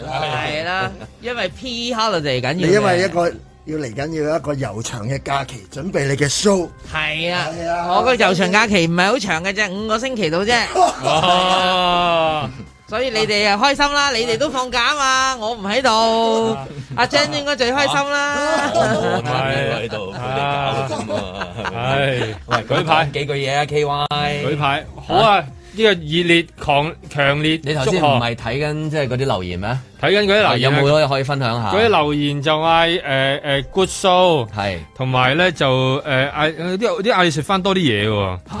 S4: 係啦，因為 P holiday 緊要嘅，
S12: 你因為一個要嚟緊要一個悠長嘅假期，準備你嘅 show。
S4: 係啊，我個悠長假期唔係好長嘅啫，五個星期到啫，
S3: 哦，
S4: 所以你哋啊開心啦，你哋都放假啊嘛，我唔 [LAUGHS] 喺度，阿 Jan 應該最開 [LAUGHS] 心啦，
S2: 我喺度，
S3: 啊
S2: 啊
S3: 係喂，舉牌
S2: 幾句嘢啊，K Y。
S3: 舉牌好啊！呢個熱烈強強烈，
S2: 你頭先唔係睇緊即係嗰啲留言咩？
S3: 睇緊嗰啲留言
S2: 有
S3: 啊
S2: 冇嘢可以分享下？
S3: 嗰啲留言就嗌誒誒 good show，
S2: 係
S3: 同埋咧就誒呃嗌誒啲啲嗌你食翻多啲嘢 喎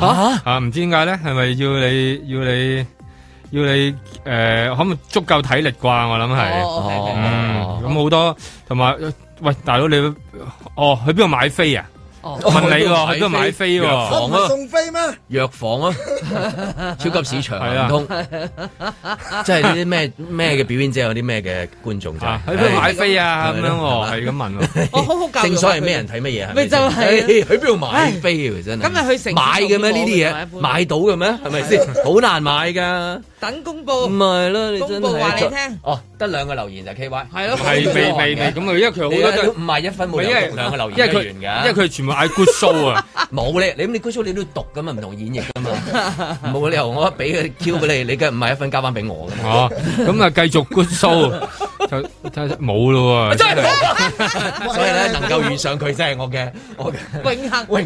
S2: [LAUGHS] 嚇
S3: 啊唔知點解咧，係咪要你要你要你誒可唔可以足夠體力啩？我諗係
S2: 哦，OK，OK
S3: 嗯咁好多同埋喂大佬你哦去邊度買飛啊？問你喎去邊度買飛
S2: 藥
S3: 喎？
S2: 房啊，
S12: 送飛咩？
S2: 藥房啊， [LAUGHS] 超級市
S3: 係
S2: 場
S3: 啊
S2: 唔通？即係呢啲咩咩嘅表演者有啲咩嘅觀眾就
S3: 啊去邊度買飛啊？咁樣喎，係
S2: 係
S3: 咁問
S2: [LAUGHS]
S3: 喎。
S4: 我好好教育
S2: 正所
S4: 下
S2: 謂
S4: 佢
S2: 咩人睇乜嘢係
S4: 咪就
S2: 先
S4: 係
S2: 誒去邊度買飛啊？真係
S4: 今日去成
S2: 買嘅咩？呢
S4: 買一
S2: 啲嘢
S4: 杯
S2: 買到嘅咩？係咪先？
S3: 啊
S2: 好難買㗎。
S4: 等公佈，
S2: 唔係咯，你真
S4: 公佈話你
S2: 係
S4: 聽，
S2: 哦，得兩個留言就 K Y，
S4: 係咯
S3: 係未未未咁啊，因為佢好多都
S2: 唔係一分冇
S3: 因為
S2: 有兩個留
S3: 因
S2: 言
S3: 為佢
S2: 完㗎，
S3: 因為佢全部嗌 good show 啊。
S2: 冇你，你你 good show 你都要讀㗎嘛，唔同演繹㗎嘛， [LAUGHS] 冇理由我一俾佢 Q 俾你，你梗係唔係一分交翻俾我㗎嘛。
S3: 哦，咁啊繼續 good show，就睇下冇咯喎，
S2: [LAUGHS] 真係 [LAUGHS]
S3: 係
S2: 所以咧，能夠遇上佢真係我嘅 [LAUGHS] 我嘅
S4: 榮幸
S2: 榮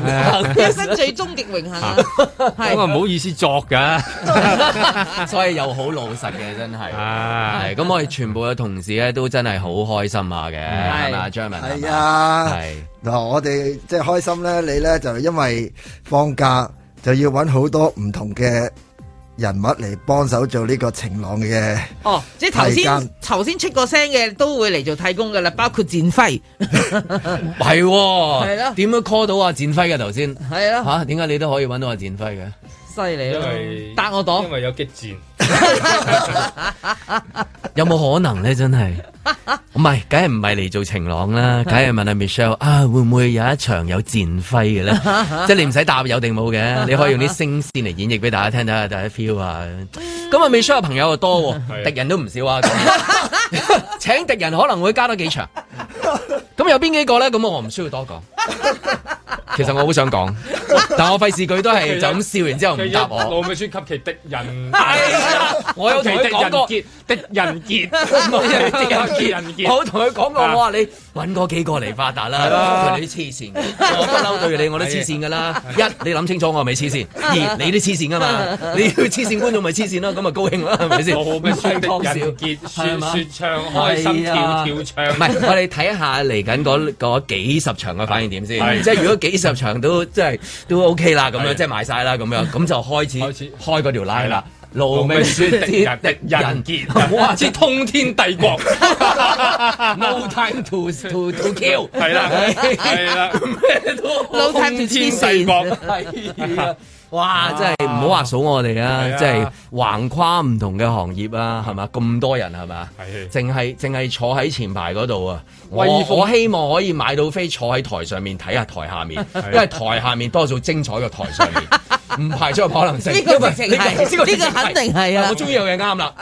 S2: 幸
S4: 一生最終極榮幸啊，
S3: 咁啊唔好意思作噶，
S2: 啊 [LAUGHS] 所以又好老實嘅，真係。
S3: 係
S2: 咁，我哋全部嘅同事咧都真係好開心下嘅，係咪啊張文？
S12: 係啊，
S2: 係 [LAUGHS]
S12: 嗱，我哋即係開心咧，你咧就因為放假就要揾好多唔同嘅人物嚟幫手做呢個晴朗嘅。
S4: 哦，即係頭
S12: 提監
S4: 先頭先出過聲嘅都會嚟做替工噶啦，包括戰輝。
S2: 係喎，
S4: 係咯
S2: 點樣 call 到阿展輝嘅頭先？
S4: 係咯
S2: 嚇點解你都可以揾到阿展輝嘅？
S4: [LAUGHS] 犀利
S3: 因
S4: 咯
S3: 為，
S4: 答我檔
S3: 因為有激戰，
S2: 有冇可能咧？真係唔係，梗係唔係嚟做情郎啦，梗係問阿 Michelle 啊，會唔會有一場有戰輝嘅咧？即係你唔使答有定冇嘅，你可以用啲聲線嚟演繹俾大家聽，睇下大家 feel 啊。咁啊，Michelle 嘅朋友又多喎，敵人都唔少啊。咁請敵人可能會加多幾場。咁有邊幾個咧？咁我唔需要多講。其實我好想講，但我費事佢都係就咁笑完之後哦唔答我。啊
S3: 我咪先及其敵人， [LAUGHS]
S2: 我有同佢講過
S3: 敵人傑，敵
S2: [LAUGHS]
S3: 人
S2: 敵人
S3: 傑，
S2: 傑
S3: 敵人傑，
S2: 我有同佢講過，
S3: 啊
S2: 我話你揾嗰幾個嚟發達
S3: 係啦
S2: 啦，佢哋啲黐線嘅，我不嬲對你我都黐線㗎啦。一你諗清楚我係咪黐線，二你都黐線㗎嘛，你要黐線觀眾咪黐線咯，咁咪高興啦，係咪先？
S3: 我咪先敵
S2: 唔係講笑
S3: 人傑，
S2: 係嘛
S3: 説説唱開心跳跳唱，
S2: 唔係，啊我哋睇下嚟緊嗰嗰幾十場嘅反應點
S3: 係
S2: 先。即係如果幾十場都即係都 OK 啦，咁樣即係賣晒啦，咁樣咁就開始開嗰條 line 啦。路未雪
S3: 敵
S2: 敵
S3: 人
S2: 人
S3: 敵人傑，
S2: 唔好話
S3: 之通天帝國，
S2: [LAUGHS] No time to 啊 to to kill，
S3: [LAUGHS] 係啦
S2: [LAUGHS]
S3: 係啦，
S2: 咩都
S4: No time to
S2: 天
S4: 黐
S2: 帝
S4: 線
S2: 國，
S3: [LAUGHS]
S2: 係啊！哇！真係唔好話數我哋啊
S3: 係啊，嗯
S2: 即係橫跨唔同嘅行業啊，係嘛？咁多人係嘛？淨係淨係坐喺前排嗰度啊！我
S3: 威風
S2: 我希望可以買到飛，坐喺台上面睇下台下面，
S3: [LAUGHS] 係
S2: 因為台下面多數精彩過台上
S3: [LAUGHS]
S2: 面，唔排除有可能性。
S4: 呢個
S2: 因為
S4: 直情係
S2: 呢個直情
S4: 呢個肯定係啊
S2: 我終於有嘢啱
S3: [LAUGHS]
S2: 啦！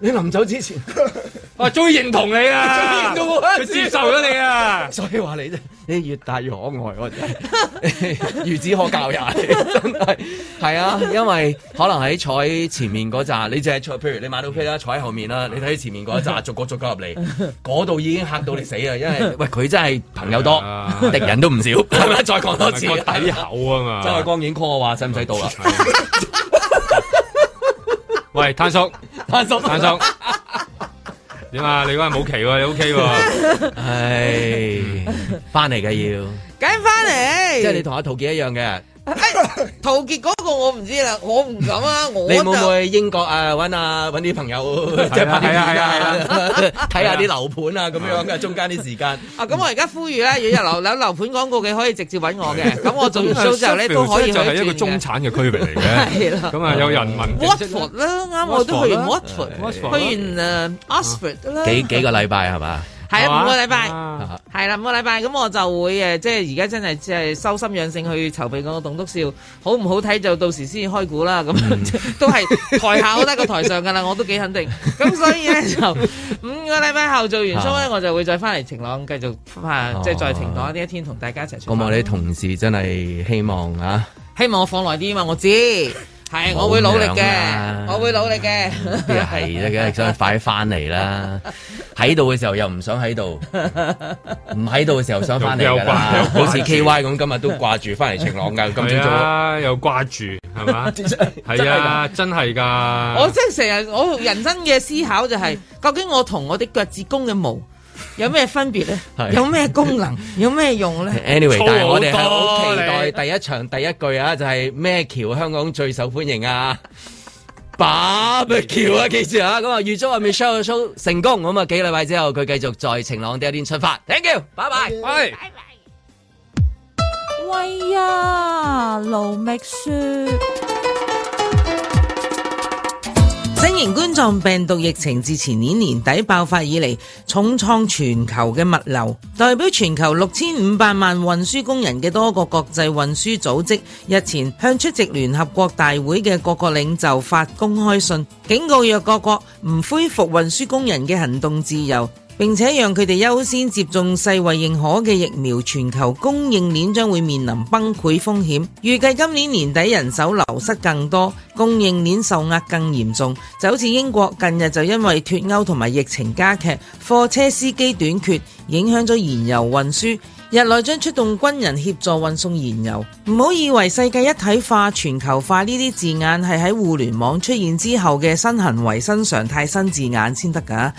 S2: 你臨走之前，
S3: 我哦終於認同你啊，
S2: 終於認到我
S3: 佢接受咗你
S2: [LAUGHS]
S3: 啊，
S2: 所以話你啫，你越大越可愛，我真 [LAUGHS] 係孺子可 [LAUGHS] 教也，真係係啊！因為可能喺坐喺前面嗰扎，你就係坐，譬如你買到飛啦，坐喺後面啦，你睇前面嗰一 [LAUGHS] 扎逐個逐個入嚟，嗰度已經嚇到你死啊！因 [LAUGHS] 為喂佢真係朋友多，敵人都唔 [LAUGHS] 少，係咪？再講多次，
S3: 個底厚啊嘛，
S2: 周慧光已經 call 我話使唔使到 [LAUGHS] 啦？
S3: 喂，攤叔，
S2: 攤叔
S3: 攤叔，點啊？你嗰日冇期喎，你 OK 喎？
S2: [LAUGHS] 唉，翻嚟嘅要，
S4: 梗係翻嚟，
S2: 即係你同阿陶傑一樣嘅，
S18: 陶傑嗰個我唔知啦，我唔敢啊，我
S2: 你會唔
S18: 就
S2: 會英國啊揾啊揾啲朋友
S3: 係啊
S2: 即係拍啲片
S3: 係啊係啊係
S2: 啊
S3: 啊
S2: [LAUGHS] 睇下啲樓盤啊咁樣嘅中間啲時間。
S18: 啊咁我而家呼籲啦，
S3: [LAUGHS]
S18: 如果有樓樓樓盤廣告嘅，可以直接揾我嘅，咁我做完 show 之後咧都可以去
S3: 就係一個
S18: 轉
S3: 中
S18: 嘅。
S3: 產嘅區域嚟
S18: [LAUGHS]
S3: 嘅，
S18: 係啦
S3: 咁啊有人民嘅
S18: Watford 啦，啱我都去完
S2: Watford 啦
S18: Watford，去完誒 Oxford 啦，
S2: 幾幾個禮拜係嘛？
S18: 係啊，五個禮拜
S2: 啊，
S18: 係啦，五個禮拜，咁我就會誒，即係而家真係即係修心養性去籌備嗰個棟篤笑，好唔好睇就到時先開估啦。咁
S2: 嗯
S18: [LAUGHS] 都係台下好得過台上噶啦，我都幾肯定。咁所以咧就五個禮拜後做完 show
S2: 啊
S18: 咧，我就會再翻嚟晴朗繼續啊，即係再晴朗呢一天同大家一齊出發。
S2: 哦咁我哋同事真係希望啊，
S18: 希望我放耐啲嘛，我知係我會努力
S2: 冇樣
S18: 嘅
S2: 啦，
S18: 我會努力嘅。
S2: 啲係啫嘅，想快啲翻嚟啦。喺度嘅時候又唔想喺度，唔喺度嘅時候想翻嚟㗎啦
S3: 又掛又掛住
S2: 好似 K Y 咁，今日都掛住翻嚟晴朗㗎，今朝
S3: 係
S2: 早。
S3: 啊，又掛住係 [LAUGHS] 嘛？係啊，真係
S2: 啊
S3: 㗎。
S18: 我真係成日我人生嘅思考就
S2: 嗯
S18: 係、究竟我同我啲腳趾公嘅毛有咩分別咧
S2: 係？
S18: 有咩功能？有咩用咧
S2: [LAUGHS] anyway，但係我哋係
S18: 粗好
S2: 好
S18: 多
S2: 期待第一場第一句啊，就係咩橋香港最受歡迎啊！把咩橋啊，記住啊！咁啊，預祝阿 Michelle 嘅 show 成功，咁啊幾禮拜之後佢繼續在晴朗的一天出發。Thank you，拜拜。喂，
S7: 喂呀，盧覓雪。
S4: 新型冠狀病毒疫情自前年年底爆發以嚟，重創全球嘅物流，代表全球六千五百萬運輸工人嘅多個國際運輸組織日前向出席聯合國大會嘅各個領袖發公開信，警告若各國唔恢復運輸工人嘅行動自由。並且讓佢哋優先接種世衛認可嘅疫苗，全球供應鏈將會面臨崩潰風險。預計今年年底人手流失更多，供應鏈受壓更嚴重。就好似英國近日就因為脱歐同埋疫情加劇，貨車司機短缺，影響咗燃油運輸。日內將出動軍人協助運送燃油。唔好以為世界一體化、全球化呢啲字眼係喺互聯網出現之後嘅新行為、新常態、新字眼先得㗎。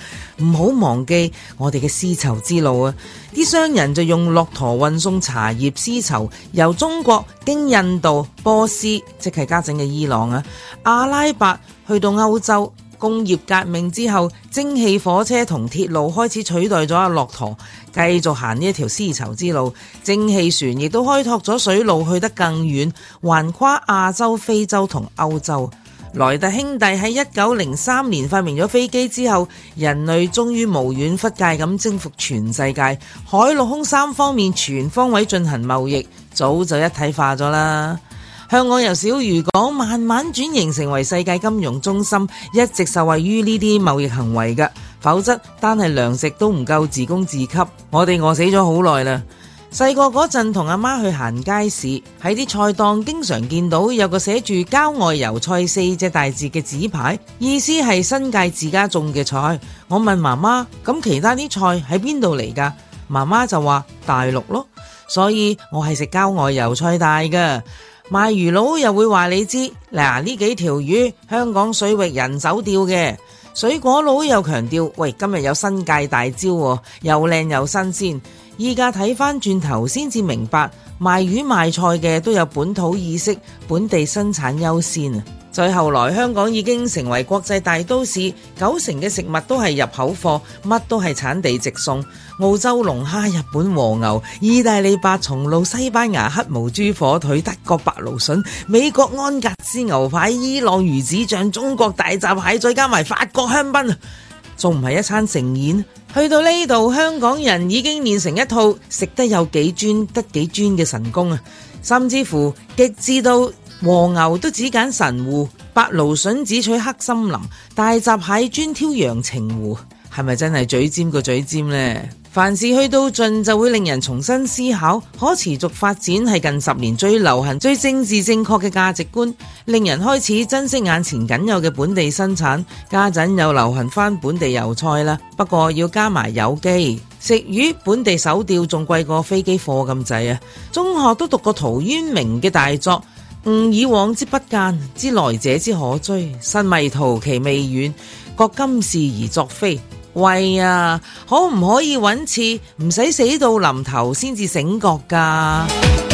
S4: 唔好忘記我哋嘅絲綢之路啊！啲商人就用駱駝運送茶葉、絲綢，由中國經印度、波斯，即係家陣嘅伊朗啊、阿拉伯去到歐洲。工業革命之後，蒸汽火車同鐵路開始取代咗阿駱駝，繼續行呢一條絲綢之路。蒸汽船亦都開拓咗水路，去得更遠，橫跨亞洲、非洲同歐洲。萊特兄弟喺一九零三年發明咗飛機之後，人類終於無遠弗屆咁征服全世界，海陸空三方面全方位進行貿易，早就一體化咗啦。香港由小漁港慢慢轉型成為世界金融中心，一直受惠於呢啲貿易行為嘅。否則單係糧食都唔夠自供自給，我哋餓死咗好耐啦。細個嗰陣同阿媽去行街市，喺啲菜檔經常見到有個寫住郊外油菜四隻大字嘅紙牌，意思係新界自家種嘅菜。我問媽媽：咁其他啲菜喺邊度嚟㗎？媽媽就話大陸咯。所以我係食郊外油菜大嘅。賣魚佬又會話你知，嗱呢幾條魚香港水域人手釣嘅。水果佬又強調，喂今日有新界大蕉喎，又靚又新鮮。依家睇翻轉頭先至明白，賣魚賣菜嘅都有本土意識，本地生產優先啊！再後來，香港已經成為國際大都市，九成嘅食物都係入口貨，乜都係產地直送。澳洲龍蝦、日本和牛、意大利白松露、西班牙黑毛豬火腿、德國白蘆筍、美國安格斯牛排、伊朗魚子醬、中國大閘蟹，再加埋法國香檳。啊仲唔係一餐盛宴？去到呢度，香港人已經練成一套食得有幾專得幾專嘅神功啊！甚至乎極致到和牛都只揀神戶，白蘆筍只取黑森林，大閘蟹專挑陽澄湖，係咪真係嘴尖個嘴尖呢？凡事去到盡就會令人重新思考，可持續發展係近十年最流行、最政治正確嘅價值觀，令人開始珍惜眼前僅有嘅本地生產。家陣又流行翻本地油菜啦，不過要加埋有機。食魚本地手釣仲貴過飛機貨咁滯啊！中學都讀過陶淵明嘅大作。吾以往之不諫，知來者之可追。身迷途，其未遠。覺今是而昨非。喂啊，可唔可以揾次唔使死到臨頭先至醒覺㗎？